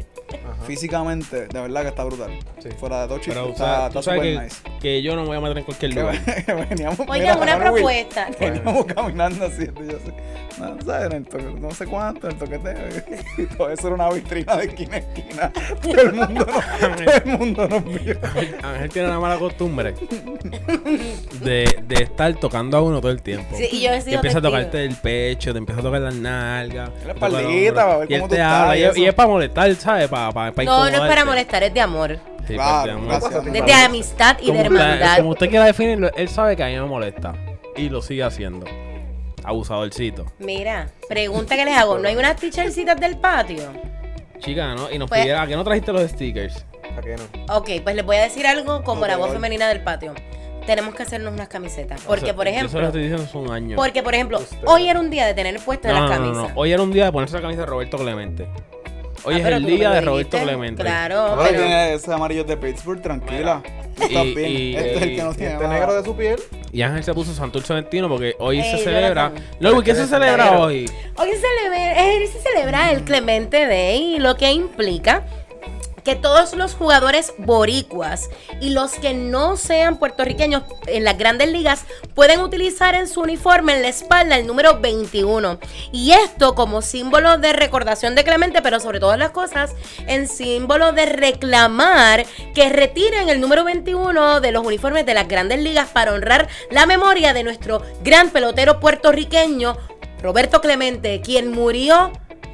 físicamente, de verdad que está brutal. Sí. Fuera de todo chiste, Pero o sea, está, tú está sabes super que, nice. que yo no me voy a meter en cualquier lugar. <laughs> Que veníamos, Oigan, mira, una ahora, <laughs> Will, propuesta. Veníamos caminando así, y yo así, no, ¿sabes? En el toque- no sé cuánto, el toqueteo. <laughs> Y todo eso era una vitrina de esquina a <laughs> esquina. Todo el mundo nos, todo el mundo nos vio. Ángel tiene la mala costumbre de, de estar tocando a uno todo el tiempo. Sí, y yo he Y sido empieza testigo. a tocarte el pecho, te empieza a tocar las nalgas. La te toca el espaldita, hombro, para ver y él cómo tú te estás habla, y y, es- eso. y es para molestar, ¿sabes? Para, para, para No, no es para incomodarte. molestar, es de amor. Sí, pues, para que te Claro, amoleste. gracias. Desde Desde amistad y de como hermandad. Usted, como usted quiera definirlo, él sabe que a mí me molesta. Y lo sigue haciendo. Abusadorcito. Mira, pregunta que les hago. ¿No hay unas teachercitas del patio? Chica, ¿no? Y nos Pues- pidiera, ¿a qué no trajiste los stickers? ¿A qué no? Ok, pues les voy a decir algo como Lo la voz peor. femenina del patio. Tenemos que hacernos unas camisetas. O Porque, sea, por Yo se lo ejemplo, estoy diciendo hace un año. porque, por ejemplo, Usted. hoy era un día de tener puestas no, no, las no, no, camisas. Hoy era un día de ponerse la camisa de Roberto Clemente. Hoy Ah, es pero el tú no día me de lo Roberto dijiste. Clemente. Claro, Ahora pero- tiene ese amarillo de Pittsburgh, tranquila. Tú estás Y- bien. y- este es el que no y- tiene Este nada. negro de su piel. Y Ángel se puso Santurce Ventino porque hoy se Ey, celebra. Jonathan. Luego, ¿qué se Eres celebra negro. hoy? Hoy se celebra, eh, se celebra el Clemente Day, lo que implica que todos los jugadores boricuas y los que no sean puertorriqueños en las grandes ligas pueden utilizar en su uniforme en la espalda el número 21. Y esto como símbolo de recordación de Clemente, pero sobre todas las cosas, en símbolo de reclamar que retiren el número 21 de los uniformes de las grandes ligas para honrar la memoria de nuestro gran pelotero puertorriqueño, Roberto Clemente, quien murió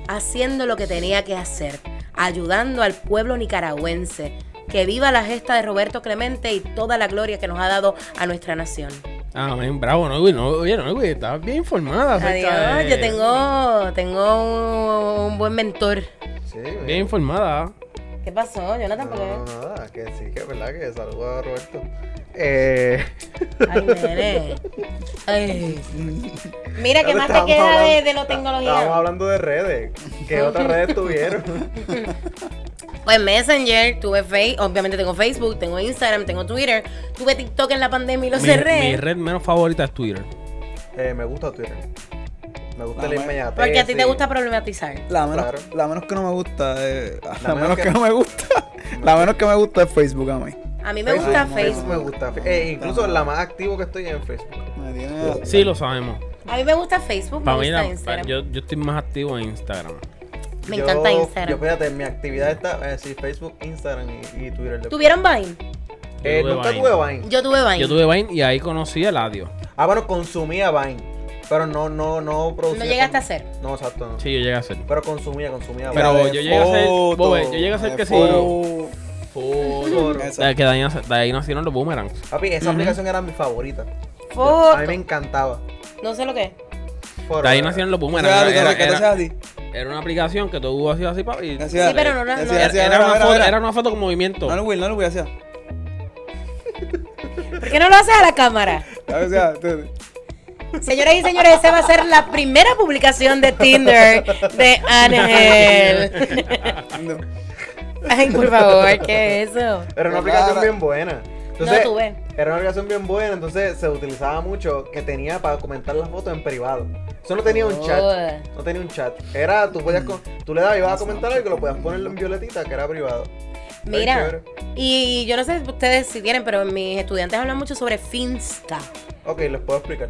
haciendo lo que tenía que hacer, ayudando al pueblo nicaragüense. Que viva la gesta de Roberto Clemente y toda la gloria que nos ha dado a nuestra nación. Amén, bravo, no, güey, no, oye, no, güey, estás bien informada. acerca Adiós, de- yo tengo, tengo un buen mentor. Sí, Bien mira. informada. ¿Qué pasó, Jonathan? ¿Por No, qué? nada, que sí, que es verdad que saludo a Roberto. Eh, Ay, nene. Ay. Mira, <laughs> ¿qué más te estábamos queda de, hablando- de lo Estábamos tecnología? hablando de redes. <laughs> ¿Qué otras redes tuvieron? Pues Messenger, tuve Facebook, obviamente tengo Facebook, tengo Instagram, tengo Twitter, tuve TikTok en la pandemia y lo Mi, cerré. mi red menos favorita es Twitter. Eh, me gusta Twitter. Me gusta la Vamos. inmediatez. porque a ti te sí. gusta problematizar. La menos, Claro. la menos que no me gusta, eh, la, menos menos que, que- no me gusta, <laughs> la menos que me gusta es Facebook a mí. A mí me gusta no, Facebook. Me gusta. Eh, incluso la más activo que estoy en Facebook. Me tiene- Sí, lo sabemos. A mí me gusta Facebook, me Para mí, gusta la- Instagram. yo, yo estoy más activo en Instagram. Me Yo- encanta Yo, Instagram. fíjate, mi actividad está, eh, sí, Facebook, Instagram y, y Twitter. ¿Tuvieron Vine? Eh, Yo tuve nunca Vine. tuve Vine. Yo tuve Vine. Yo tuve Vine y ahí conocí a Eladio. Ah, bueno, consumía Vine. Pero no, no, no producía. No llegaste a con- hacer. No, exacto. No. Sí, yo llegué a ser. Pero consumía, consumía Pero Vine. yo llegué a ser- foto, Bobe, yo llegué a ser que sí. foto, Por... esa. Que de ahí, nac- de ahí nacieron los boomerangs. Papi, esa aplicación era mi favorita. Foto. A mí me encantaba. No sé lo que es. Foro, De ahí era- nacieron los O sea, boomerangs. Ricardo, Era, ¿qué te era- haces a ti? era una aplicación que tú hacías así, papi. y- Gracias. Sí, pero no, no, Gracias, no. gracias, Era mira, una mira, foto- mira. era una foto con movimiento. No lo voy, no lo voy a hacer. ¿Por qué no lo haces a la cámara? O sea, te- Señoras y señores, esta va a ser la primera publicación de Tinder de <laughs> Ángel. no. Ay, por favor, ¿qué es eso? Era una Qué aplicación rara. bien buena. No Entonces, tuve. era una aplicación bien buena, entonces se utilizaba mucho que tenía para comentar las fotos en privado. Eso no tenía un chat. Oh. No tenía un chat. Era, tú Mm. podías, con- tú le dabas y ibas a comentar algo y lo podías poner en violetita, que era privado. Está bien Mira, chévere. y yo no sé ustedes si tienen, pero mis estudiantes hablan mucho sobre Finsta. Ok, les puedo explicar.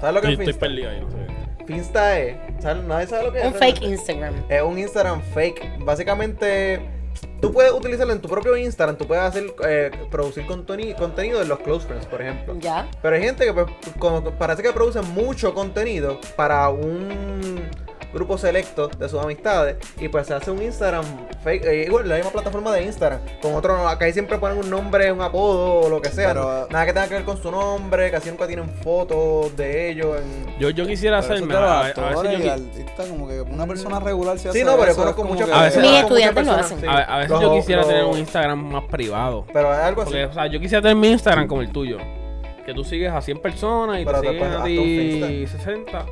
¿Sabes lo que Yo es estoy Finsta? perdido ahí, no sé. Finsta es. ¿sabes? Nadie sabe lo que es. Un realmente. fake Instagram. Es un Instagram fake. Básicamente, tú puedes utilizarlo en tu propio Instagram. Tú puedes hacer eh, producir conteni- contenido de los close friends, por ejemplo. ¿Ya? Pero hay gente que pues, como que parece que produce mucho contenido para un grupo selecto de sus amistades y pues se hace un Instagram fake, eh, igual la misma plataforma de Instagram, con otro, acá ahí siempre ponen un nombre, un apodo o lo que sea, Pero, ¿no? nada que tenga que ver con su nombre, casi nunca tienen fotos de ellos. En... Yo, yo quisiera Pero eso hacerme. te lo A, das, a- a todo veces y yo, qui- al artista, como que una persona regular se hace Sí, no, pero yo eso, es conozco como muchas que- A veces- Mis conozco muchas estudiantes lo personas, hacen. sí. a, a veces Los- yo quisiera los- tener un Instagram más privado. Pero es algo así. Porque, o sea, yo quisiera tener mi Instagram como el tuyo. Que tú sigues a 100 personas y Pero te te siguen puedes a hacer un ti 60.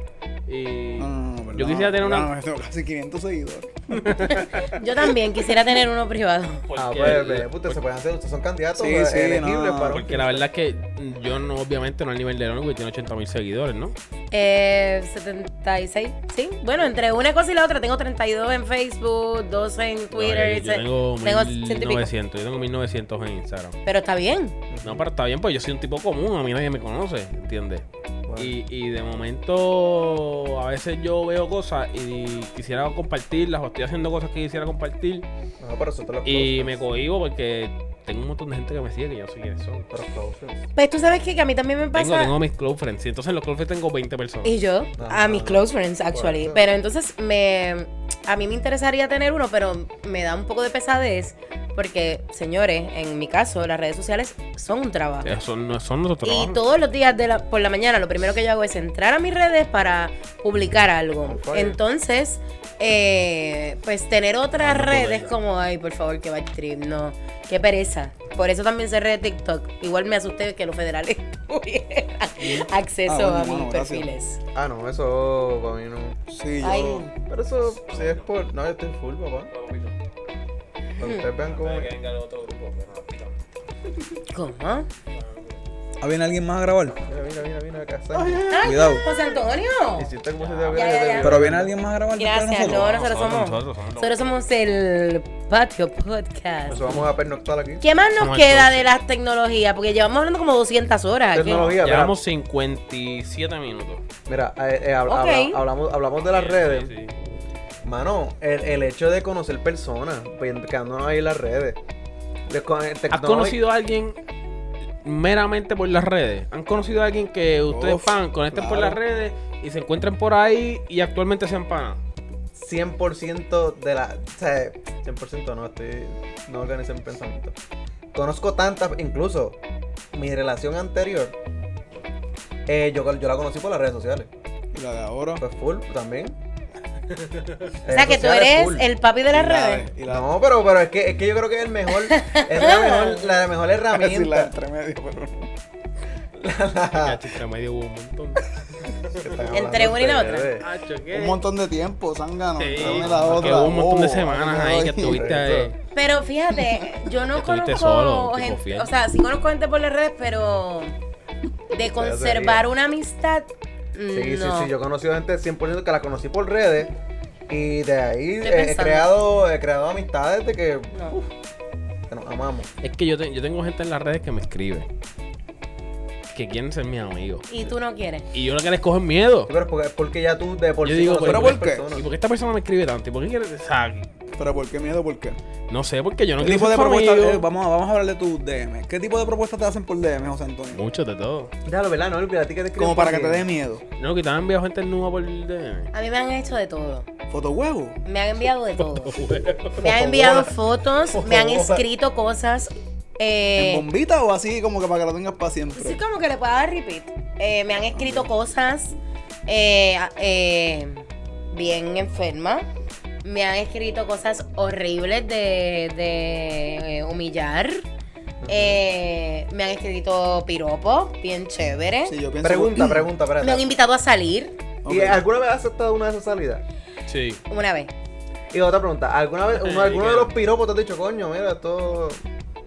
Y. No, no, no, no, yo perdóname, quisiera tener una. perdóname, tengo casi 500 seguidores. Yo también quisiera tener uno privado. Ah, porque- pues, ve, puta, se pueden hacer, ustedes son candidatos Sí, eh, sí, elegibles no, para un- Porque la verdad es que yo no, obviamente, no al nivel de Lonely, tiene 80 mil seguidores, ¿no? Eh, 76, sí. Bueno, entre una cosa y la otra, tengo 32 en Facebook, 12 en No, Twitter. yo- yo ciento tengo y pico. 1900, yo tengo 1900 en Instagram. Pero está bien. No, pero está bien, pues yo soy un tipo común, a mí nadie me conoce, ¿entiendes? Bueno. Y, y de momento, a veces yo veo cosas y quisiera compartirlas, o estoy haciendo cosas que quisiera compartir, No, pero eso te lo y me cohibo porque tengo un montón de gente que me sigue que yo no sé quiénes son. Pero close friends. Pues tú sabes que, que a mí también me pasa. Tengo, tengo mis close friends, y entonces en los close friends tengo 20 personas. Y yo, a Ajá. mis close friends, actually. Correcto. Pero entonces me a mí me interesaría tener uno, pero me da un poco de pesadez. Porque, señores, en mi caso, las redes sociales son un trabajo. Esos son, no- son nosotros. Y todos los días de la- por la mañana lo primero que yo hago es entrar a mis redes para publicar algo. On fire. Entonces, eh, pues tener otras Ah, no, redes pobreza. como, ay, por favor, que va trip, no, qué pereza. Por eso también cerré TikTok. Igual me asusté que los federales <laughs> tuvieran acceso Ah, bueno, a mis bueno, gracias. perfiles. Ah, no, eso para mí no. Sí, yo. Ay, Pero eso, si es por. No, yo estoy full, papá. Cuando ustedes vean cómo. ¿cómo? ¿Ah, viene alguien más a grabar? Mira, mira, mira, mira, acá está. Ay, Cuidado. José Antonio. Hiciste como si te ya, ya. Pero viene alguien más a grabar. después de Gracias, nosotros? no, nosotros somos. Nosotros somos el Patio Podcast. Eso vamos a pernoctar aquí. ¿Qué más nos Vamos queda entonces. de las tecnologías? Porque llevamos hablando como 200 horas. aquí. Tecnología, mira, Llevamos 57 minutos. mira, eh, eh, habla- Ok. habla- hablamos, hablamos de las Sí, redes. sí, sí. Mano, el, el hecho de conocer personas, pues, quedándonos ahí en las redes. De con- eh, ¿Has tecnología- conocido a alguien meramente por las redes? ¿Han conocido a alguien que ustedes Uf, fan, conecten por claro. las redes y se encuentren por ahí y actualmente sean panas? 100% de la. O sea, 100% no, estoy. No organizé mi pensamiento. Conozco tantas, incluso mi relación anterior. eh, yo, yo la conocí por las redes sociales. Y la de ahora. Pues full <laughs> también. Eh, O sea que tú eres el papi de las y la de- redes. y la- No, pero, pero es, que, es que yo creo que es el mejor. es la mejor, la <laughs> mejor iba a herramienta. decir la de entre medio, pero no. Ya, chica, medio hubo un <laughs> montón. Entre una y la otra. Hacho, ¿qué? Un montón de tiempo, Sangano. Sí, entre una y la porque otra. hubo un montón de Oh, semanas ay, <laughs> ahí que ay. estuviste ahí. Pero fíjate, yo no <laughs> Estuviste conozco solo, un tipo gente, fiel. o sea, sí conozco gente por las redes, pero de conservar una amistad, Sí, no. sí, sí. Yo he conocido gente 100% que la conocí por redes. Y de ahí Estoy eh, he, pensando. creado, he creado amistades de que, uf, que nos amamos. Es que yo, te- yo tengo gente en las redes que me escribe. Que quieren ser mis amigos. Y tú no quieres. Y yo lo que les cojo es miedo. Sí, pero es porque, es porque ya tú de por Yo sí digo, conoces pero otras ¿por qué? ¿Y personas. por qué esta persona me escribe tanto? ¿Y por qué quiere.? o sea, Pero ¿por qué miedo? ¿Por qué? no sé, porque yo no ¿Qué quiero tipo ser de su propuesta? amigo. eh, vamos, a- vamos a hablar de tus DM. ¿Qué tipo de propuestas te hacen por DM, José Antonio? Muchos de todo. Déjalo, ¿verdad? No, olvídate que te escriben Como para que por te DM. dé miedo. No, que te han enviado gente nueva por DM. A mí me han hecho de todo. ¿Foto huevo? Me han enviado <laughs> de todo. Me han enviado fotos, me han escrito cosas. eh, ¿En bombita o así como que para que la tengas para siempre? Sí, como que le puedo dar repeat. Eh, me han escrito cosas eh, a- eh, bien enfermas. Me han escrito cosas horribles de, de, eh, humillar. Eh, me han escrito piropos bien chéveres. Sí, yo pienso. Mm. Pregunta, pregunta, Me han espérate. invitado a salir Ok. ¿Y alguna vez has aceptado una de esas salidas? Sí. una vez. Y otra pregunta, ¿alguna vez, uno, Eh, alguno de claro. los piropos te ha dicho, coño, mira, esto...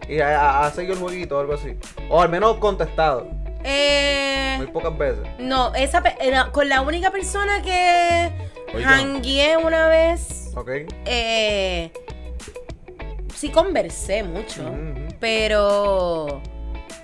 Y ha, ha- ha seguido el jueguito o algo así? O al menos contestado, Eh, muy pocas veces. no, esa pe- era con la única persona que Oiga. hangué una vez. ¿Ok? Eh, sí conversé mucho. Ujú, ujú. Pero.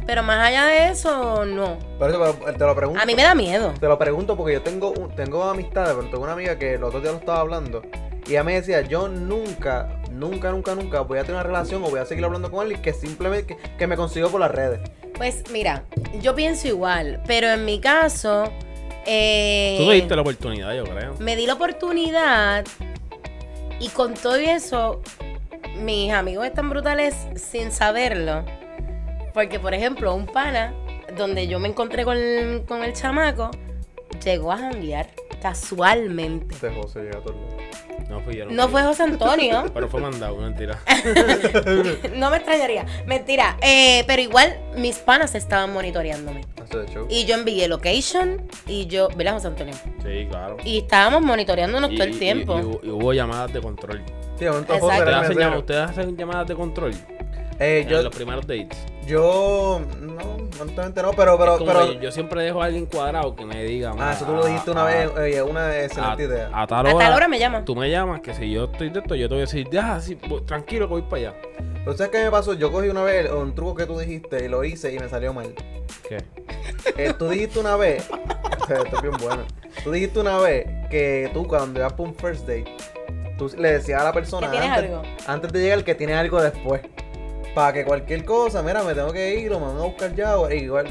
Pero más allá de eso, no. Por eso pero, te lo pregunto. A mí me da miedo. Te lo pregunto porque yo tengo, un- tengo amistades, pero tengo una amiga que los otros días lo estaba hablando. Y ella me decía, yo nunca, nunca, nunca, nunca voy a tener una relación o voy a seguir hablando con alguien que simplemente que, que me consiguió por las redes. Pues mira, yo pienso igual, pero en mi caso. eh, Tú te diste la oportunidad, yo creo. me di la oportunidad y con todo y eso, mis amigos están brutales sin saberlo. Porque, por ejemplo, un pana, donde yo me encontré con el, con el chamaco, llegó a janguear casualmente. Este José llega todo el mundo. No fui yo. No fui fue yo. José Antonio. Pero fue <laughs> mandado, mentira. No me extrañaría. Mentira. Eh, pero igual mis panas estaban monitoreándome. Eso de show. Y yo envié location y yo. ¿Verdad, José Antonio? Sí, claro. Y estábamos monitoreándonos Y- todo el y- tiempo. y- y hubo- y hubo llamadas de control. Sí, de momento Exacto. José ¿Ustedes era el hacen, llamadas, mesero. ¿Ustedes hacen llamadas de control? Eh, En yo, los primeros dates. yo, no, honestamente no, pero, pero, Es como pero, que yo siempre dejo a alguien cuadrado que me diga. Ah, mira, eso tú lo dijiste una a- vez, oye, una A, excelente idea. a A tal hora. tal hora me llaman. Tú me llamas, que si yo estoy de esto, yo te voy a decir, ya, sí, voy- tranquilo que voy para allá. Pero ¿sabes qué me pasó? Yo cogí una vez un truco que tú dijiste y lo hice y me salió mal. ¿Qué? Eh, tú dijiste una vez, <laughs> esto es bien bueno. Tú dijiste una vez que tú cuando ibas por un first date, tú le decías a la persona Que tienes antes, algo. antes de llegar que tiene algo después. Para que cualquier cosa, mira, me tengo que ir, lo mando a buscar ya. o- e igual,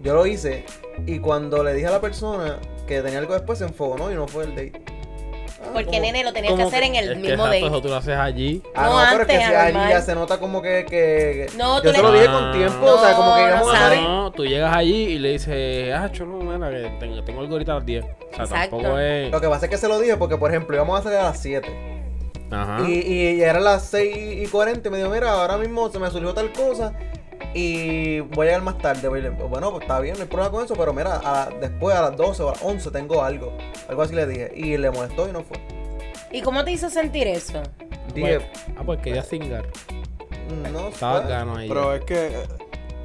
yo lo hice y cuando le dije a la persona que tenía algo después se enfogonó y no fue el date. Ah, Porque como- nene lo tenías que Como hacer en el es que mismo exacto, date. eso tú lo haces allí. Ah, No, no, pero es que antes, si ahí normal. ya se nota como que. que que- No, tú yo le- se lo dije con tiempo, o sea, como que No, íbamos no a sabe. salir. No, tú llegas allí y le dices, ah, chulo, mira, que tengo, tengo algo ahorita a las 10. O sea, Exacto. tampoco es. Lo que pasa es que se lo dije porque, por ejemplo, íbamos a salir a las 7. Ajá. Y, y eran las 6 y 40 y me dijo, mira, ahora mismo se me surgió tal cosa y voy a llegar más tarde. Voy a ir- Bueno, pues está bien, no hay problema con eso, pero mira, a- después a las 12 o a las 11 tengo algo. Algo así le dije. Y le molestó y no fue. ¿Y cómo te hizo sentir eso? Ah, Dije, "Mm, pues- ah, pues quería singar. no Estaba sé. gano ahí. Pero es que. eh,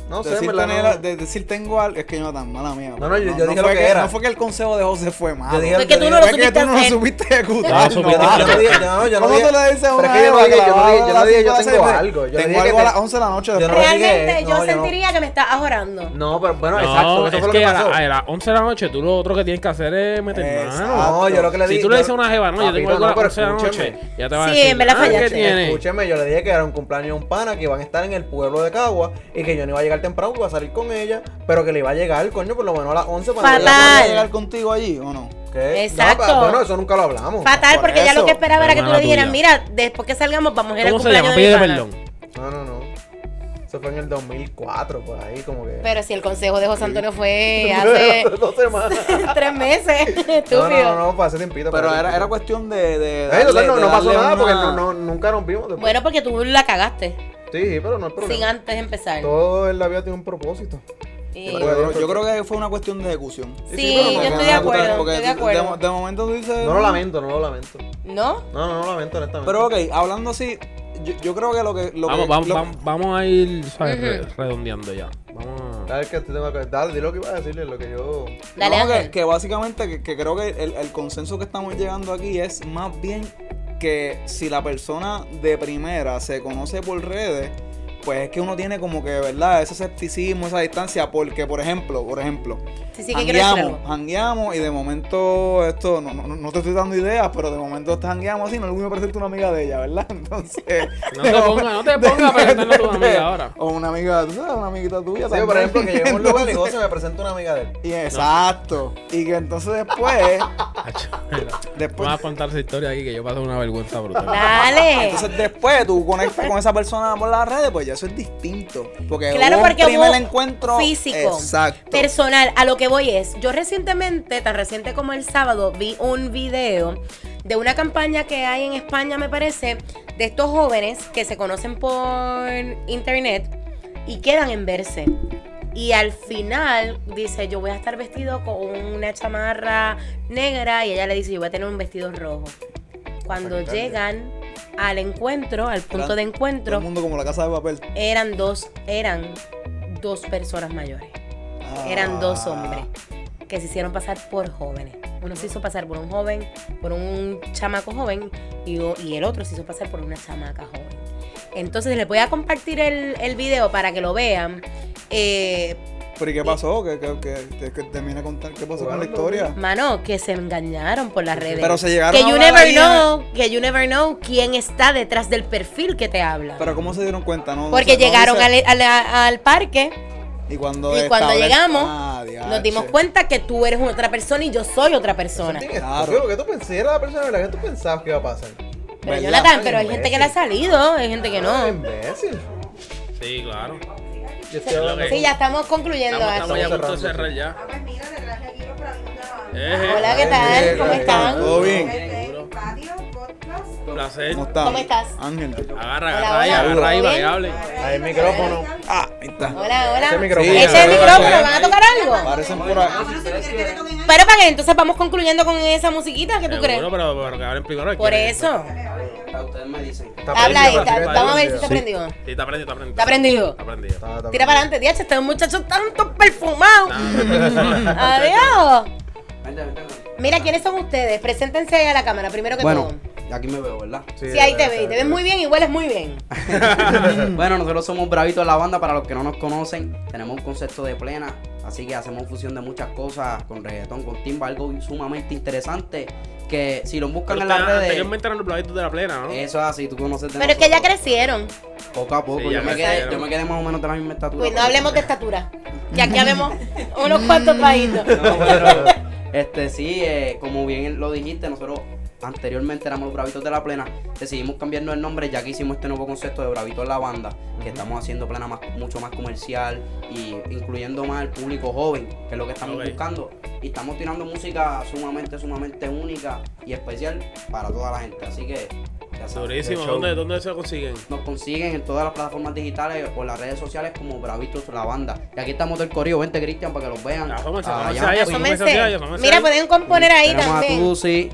No sé, en decir, verdad, tener- no. de- decir tengo algo es que yo tan mala mía. No, no, pero yo- yo dije fue lo que era. No fue que el consejo de José fue malo. Yo dije- Fue que tú no lo Fue que supiste tú no lo hacer. supiste ejecutar, No, supiste- mano. yo no dije- no, yo no ¿Cómo dije- tú le dices a pero es una que yo no jeva dije- yo no va dije- a yo las no dije, cinco yo de la tengo tarde? algo, yo Tengo dije algo que a las te- 11 de la noche. yo después. no dije- Realmente no, yo yo no. sentiría que me estás ahorando. No, pero bueno, No, exacto, eso es fue lo que, que a, la- pasó. a las 11 de la noche tú lo otro que tienes que hacer es meter mano. Exacto. No, yo lo que le Si dije. tú le yo- dices a una jeva, no, yo tengo algo Papito, a las pero 11 de la noche, escúchame. ya te va a Sí, decir, me la "Ah, fallaste. ¿qué tiene? Escúcheme, yo le dije que era un cumpleaños de un pana que iban a estar en el pueblo de Cagua y que yo no iba a llegar temprano, que iba a salir con ella, pero que le iba a llegar, coño, por lo menos a las 11 para ¿Ella Fatal. podía llegar contigo allí o no? ¿Qué? Exacto. No, pa- bueno, eso nunca lo hablamos. Fatal, Por porque ya lo eso, que esperaba era que tú le hermana dijeras, tuya. mira, después que salgamos vamos a ir al ¿Cómo se llama? cumpleaños de mi Pide pana". perdón. No, no, no. Eso fue en el 2004, por ahí, como que. Pero si el consejo de José Antonio <laughs> fue hace <laughs> dos semanas. tres meses, <laughs> estúpido. No, no, no, no, fue hace tiempito. fue Pero hace era, era tiempito. cuestión de. de Eh, total, darle- no, de no pasó darle nada porque una- no, no, nunca nos vimos después. Bueno, porque tú la cagaste Sí, sí, pero no hay problema. sin antes empezar. Todo en la vida tiene un propósito. Y- Yo creo- yo creo que fue una cuestión de ejecución. Sí, sí, pero yo no, estoy no, de no, acuerdo, Porque estoy de tú- mo- acuerdo. de momento tú dices. No lo lamento, no lo lamento. ¿No? No, no, no lo lamento, honestamente. Pero ok, hablando así, yo, yo creo que lo que. Lo Vamos, que- vamos, lo- vamos, vamos a ir ¿sabes? Ujú. Re- redondeando ya. Vamos a... Dale, que te tengo que... Dale, di lo que iba a decirle, lo que yo... Dale, no, que, Ángel. que básicamente que, que creo que el, el consenso que estamos llegando aquí es más bien que si la persona de primera se conoce por redes, pues es que uno tiene como que, ¿verdad? Ese escepticismo, esa distancia, porque, por ejemplo, por ejemplo, Sí, sí, que quiero decir Hangueamos, algo. hangueamos y de momento esto, no, no, no te estoy dando ideas, pero de momento te hangueamos así, no me presenta una amiga de ella, ¿verdad? <laughs> Entonces. No te pongas, no te <laughs> pongas a presentarle a tu <laughs> amiga ahora. O una amiga, tú sabes, una amiguita Sí, tuya. por también. ejemplo, que <laughs> llevo un lugar y Entonces- gozo, me presenta una amiga de él. y exacto. Y que <laughs> entonces después, Acho, mira, después, Vamos a contar esa historia aquí que yo pasé una vergüenza <laughs> brutal. Dale. entonces después tú conectas con esa persona por las redes, pues ya eso es distinto. Porque Claro, hubo un porque primer hubo encuentro físico, Exacto. Personal, a lo que voy es, yo recientemente, tan reciente como el sábado, vi un video de una campaña que hay en España, me parece, de estos jóvenes que se conocen por internet y quedan en verse. Y al final dice, yo voy a estar vestido con una chamarra negra y ella le dice, yo voy a tener un vestido rojo. Cuando Fantástico. llegan al encuentro, al punto Claro, de Todo encuentro, el mundo como la casa de papel. eran dos, eran dos personas mayores. Eran dos Ah. hombres que se hicieron pasar por jóvenes. Uno se hizo pasar por un joven, por un chamaco joven, y, o- y el otro se hizo pasar por una chamaca joven. Entonces les voy a compartir el, el video para que lo vean. Eh, Pero ¿y qué pasó? ¿Qué, qué, qué- qué- qué- termina de contar qué pasó con Jugando. la historia? mano, que se engañaron por las redes. Pero se llegaron que a you hablar never ahí en- know, que you never know quién está detrás del perfil que te habla. Pero ¿cómo se dieron cuenta? No, no Porque sé, no llegaron dice- al- al- al parque. Y cuando, y cuando estable- llegamos, Ah, diache. Nos dimos cuenta que tú eres otra persona y yo soy otra persona. Sentín, Claro. estúpido, ¿Qué tú pensabas? Era la persona de la que tú pensabas que iba a pasar. Pero ¿Verdad? Jonathan, pero Ay, hay gente que le ha salido, hay gente que Ah, no. imbécil. Sí, claro. Yo estoy hablando... Sí, ya estamos concluyendo pues, Estamos, esto. estamos ya a punto de cerrando. cerrar ya. Pues mira, le traje aquí los platitos de Eh, Hola, ¿qué Ay, tal? ¿Cómo ay, están? Todo bien. Este, patio, podcast. un placer. ¿Cómo estás? ¿Cómo estás? Ángel. Agarra, Hola, agarra ahí, hola, agarra ahí ¿todo para que bien? hable. Ahí el micrófono. Ah, ahí está. Hola, hola. Ese micrófono. Sí, Ese ese micrófono, micrófono. ¿van a tocar algo? Parecen por ahí. Bueno, si tú quieres que le toquen Pero para que entonces vamos concluyendo con esa musiquita, ¿qué tú Seguro, crees? pero, pero que hablen primero. Por que- eso. Ustedes me dicen. Está Habla ahí, prendido, está- está vamos a ver si está prendido. prendido. Sí, está aprendido, está aprendido. Está aprendido. Está aprendido. Está- está Tira para adelante, diache, este muchacho tanto Ah. perfumado. <laughs> <laughs> Adiós. Vente, vente, vente. Mira, ¿quiénes son ustedes? Preséntense ahí a la cámara, primero que Bueno, todo. aquí me veo, ¿verdad? <laughs> Sí, Sí, ahí te está- ves, te ves muy bien y hueles muy bien. bueno, nosotros somos Bravitos de la Banda, para los que no nos conocen. Tenemos un concepto de plena, así que hacemos fusión de muchas cosas, con reggaetón, con timba, algo sumamente interesante, que si lo buscan Pero en las ustedes redes... Anteriormente eran los pladitos de la plena, ¿no? Eso es así, tú conoces de Pero es que ya nosotros. crecieron. Poco a poco, Sí, ya yo, me quedé, crecieron. yo me quedé más o menos de la misma estatura. Pues no pero- hablemos de estatura. Que aquí habemos unos cuantos países. <laughs> No, <laughs> pero, este sí, eh, como bien lo dijiste, nosotros anteriormente éramos los Bravitos de la Plena, decidimos cambiarnos el nombre ya que hicimos este nuevo concepto de Bravitos de la Banda, que estamos haciendo plena más, mucho más comercial y incluyendo más al público joven, que es lo que estamos Ok. buscando. Y estamos tirando música sumamente, sumamente única y especial para toda la gente. Así que ya saben, Segurísimo. show. ¿Dónde, ¿Dónde se consiguen? Nos consiguen en todas las plataformas digitales o las redes sociales como Bravitos la Banda. Y aquí estamos del corrido, vente Cristian para que los vean. Asómense, Ah, asómense ya. ahí, asómense Asómense. así, asómense pues. Mira, pues. ahí. pueden componer ahí Tenemos a también. Tusi,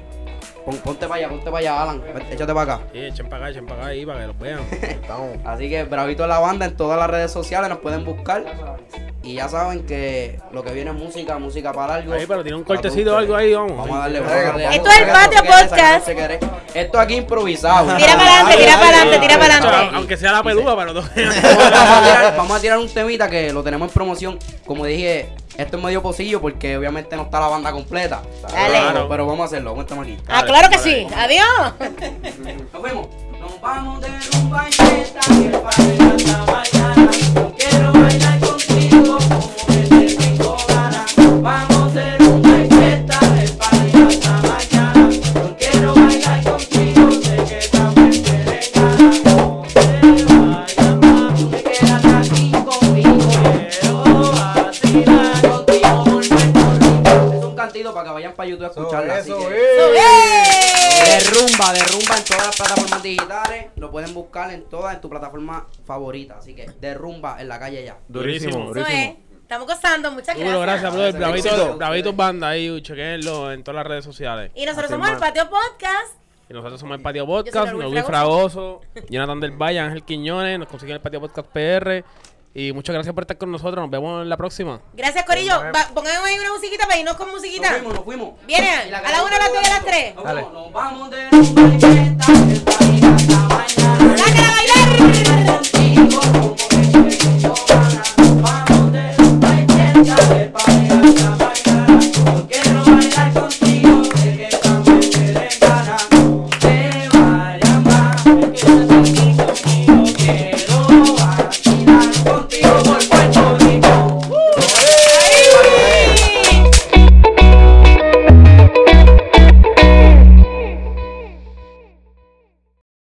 Pon- ponte para allá, ponte para allá, Alan. Vete, Échate para acá. Sí, echen para acá, echen para acá ahí para que los vean. Estamos. Así que Bravito de la Banda en todas las redes sociales nos pueden buscar. Y ya saben que lo que viene es música, música para algo. Ahí, pero tiene un cortecito o algo ahí, vamos. Vamos a darle. Venga, vamos a darle. Esto es el Patio Podcast. Esto aquí improvisado. Tira para adelante, tira para adelante, tira para O sea, adelante. Aunque sea la peluda, pero no. <laughs> <laughs> Vamos a, tirar, vamos a tirar un temita que lo tenemos en promoción. Como dije, esto es medio pocillo porque obviamente no está la banda completa. Dale. Pero, pero vamos a hacerlo, aguántame aquí. Ah, claro que sí. Adiós. Nos vemos. Nos vamos de rumba y fiesta, que para hasta mañana. Yo quiero bailar contigo como desde que cobrara. Vamos de rumba y fiesta, que para hasta mañana. Yo quiero bailar contigo, sé que también te regala. Te quedas aquí conmigo. Quiero vacilar contigo, volver conmigo. Es un cantito para que vayan para YouTube a escucharla. así Eso que- ¡Eh! Derrumba, derrumba en todas las plataformas digitales. Lo pueden buscar en todas, en tu plataforma favorita. Así que derrumba en la calle ya. Durísimo. Eso es. Estamos gozando. Muchas Duro, gracias, gracias. brother. Bravito, Éxito. Bravito Banda ahí, chequenlo en todas las redes sociales. Y nosotros somos el Patio Podcast. Y nosotros somos el Patio Yo Podcast, soy nos Noel Luis Fragoso, Jonathan del Valle, Ángel Quiñones, nos consiguen el Patio Podcast PR. Y muchas gracias por estar con nosotros, nos vemos en la próxima. Gracias, Corillo. Va, pónganme ahí una musiquita para irnos con musiquita. Nos fuimos, nos fuimos. Viene, Y a la una, a las dos y a las tres. Nos vamos, nos vamos derrumba en fiesta,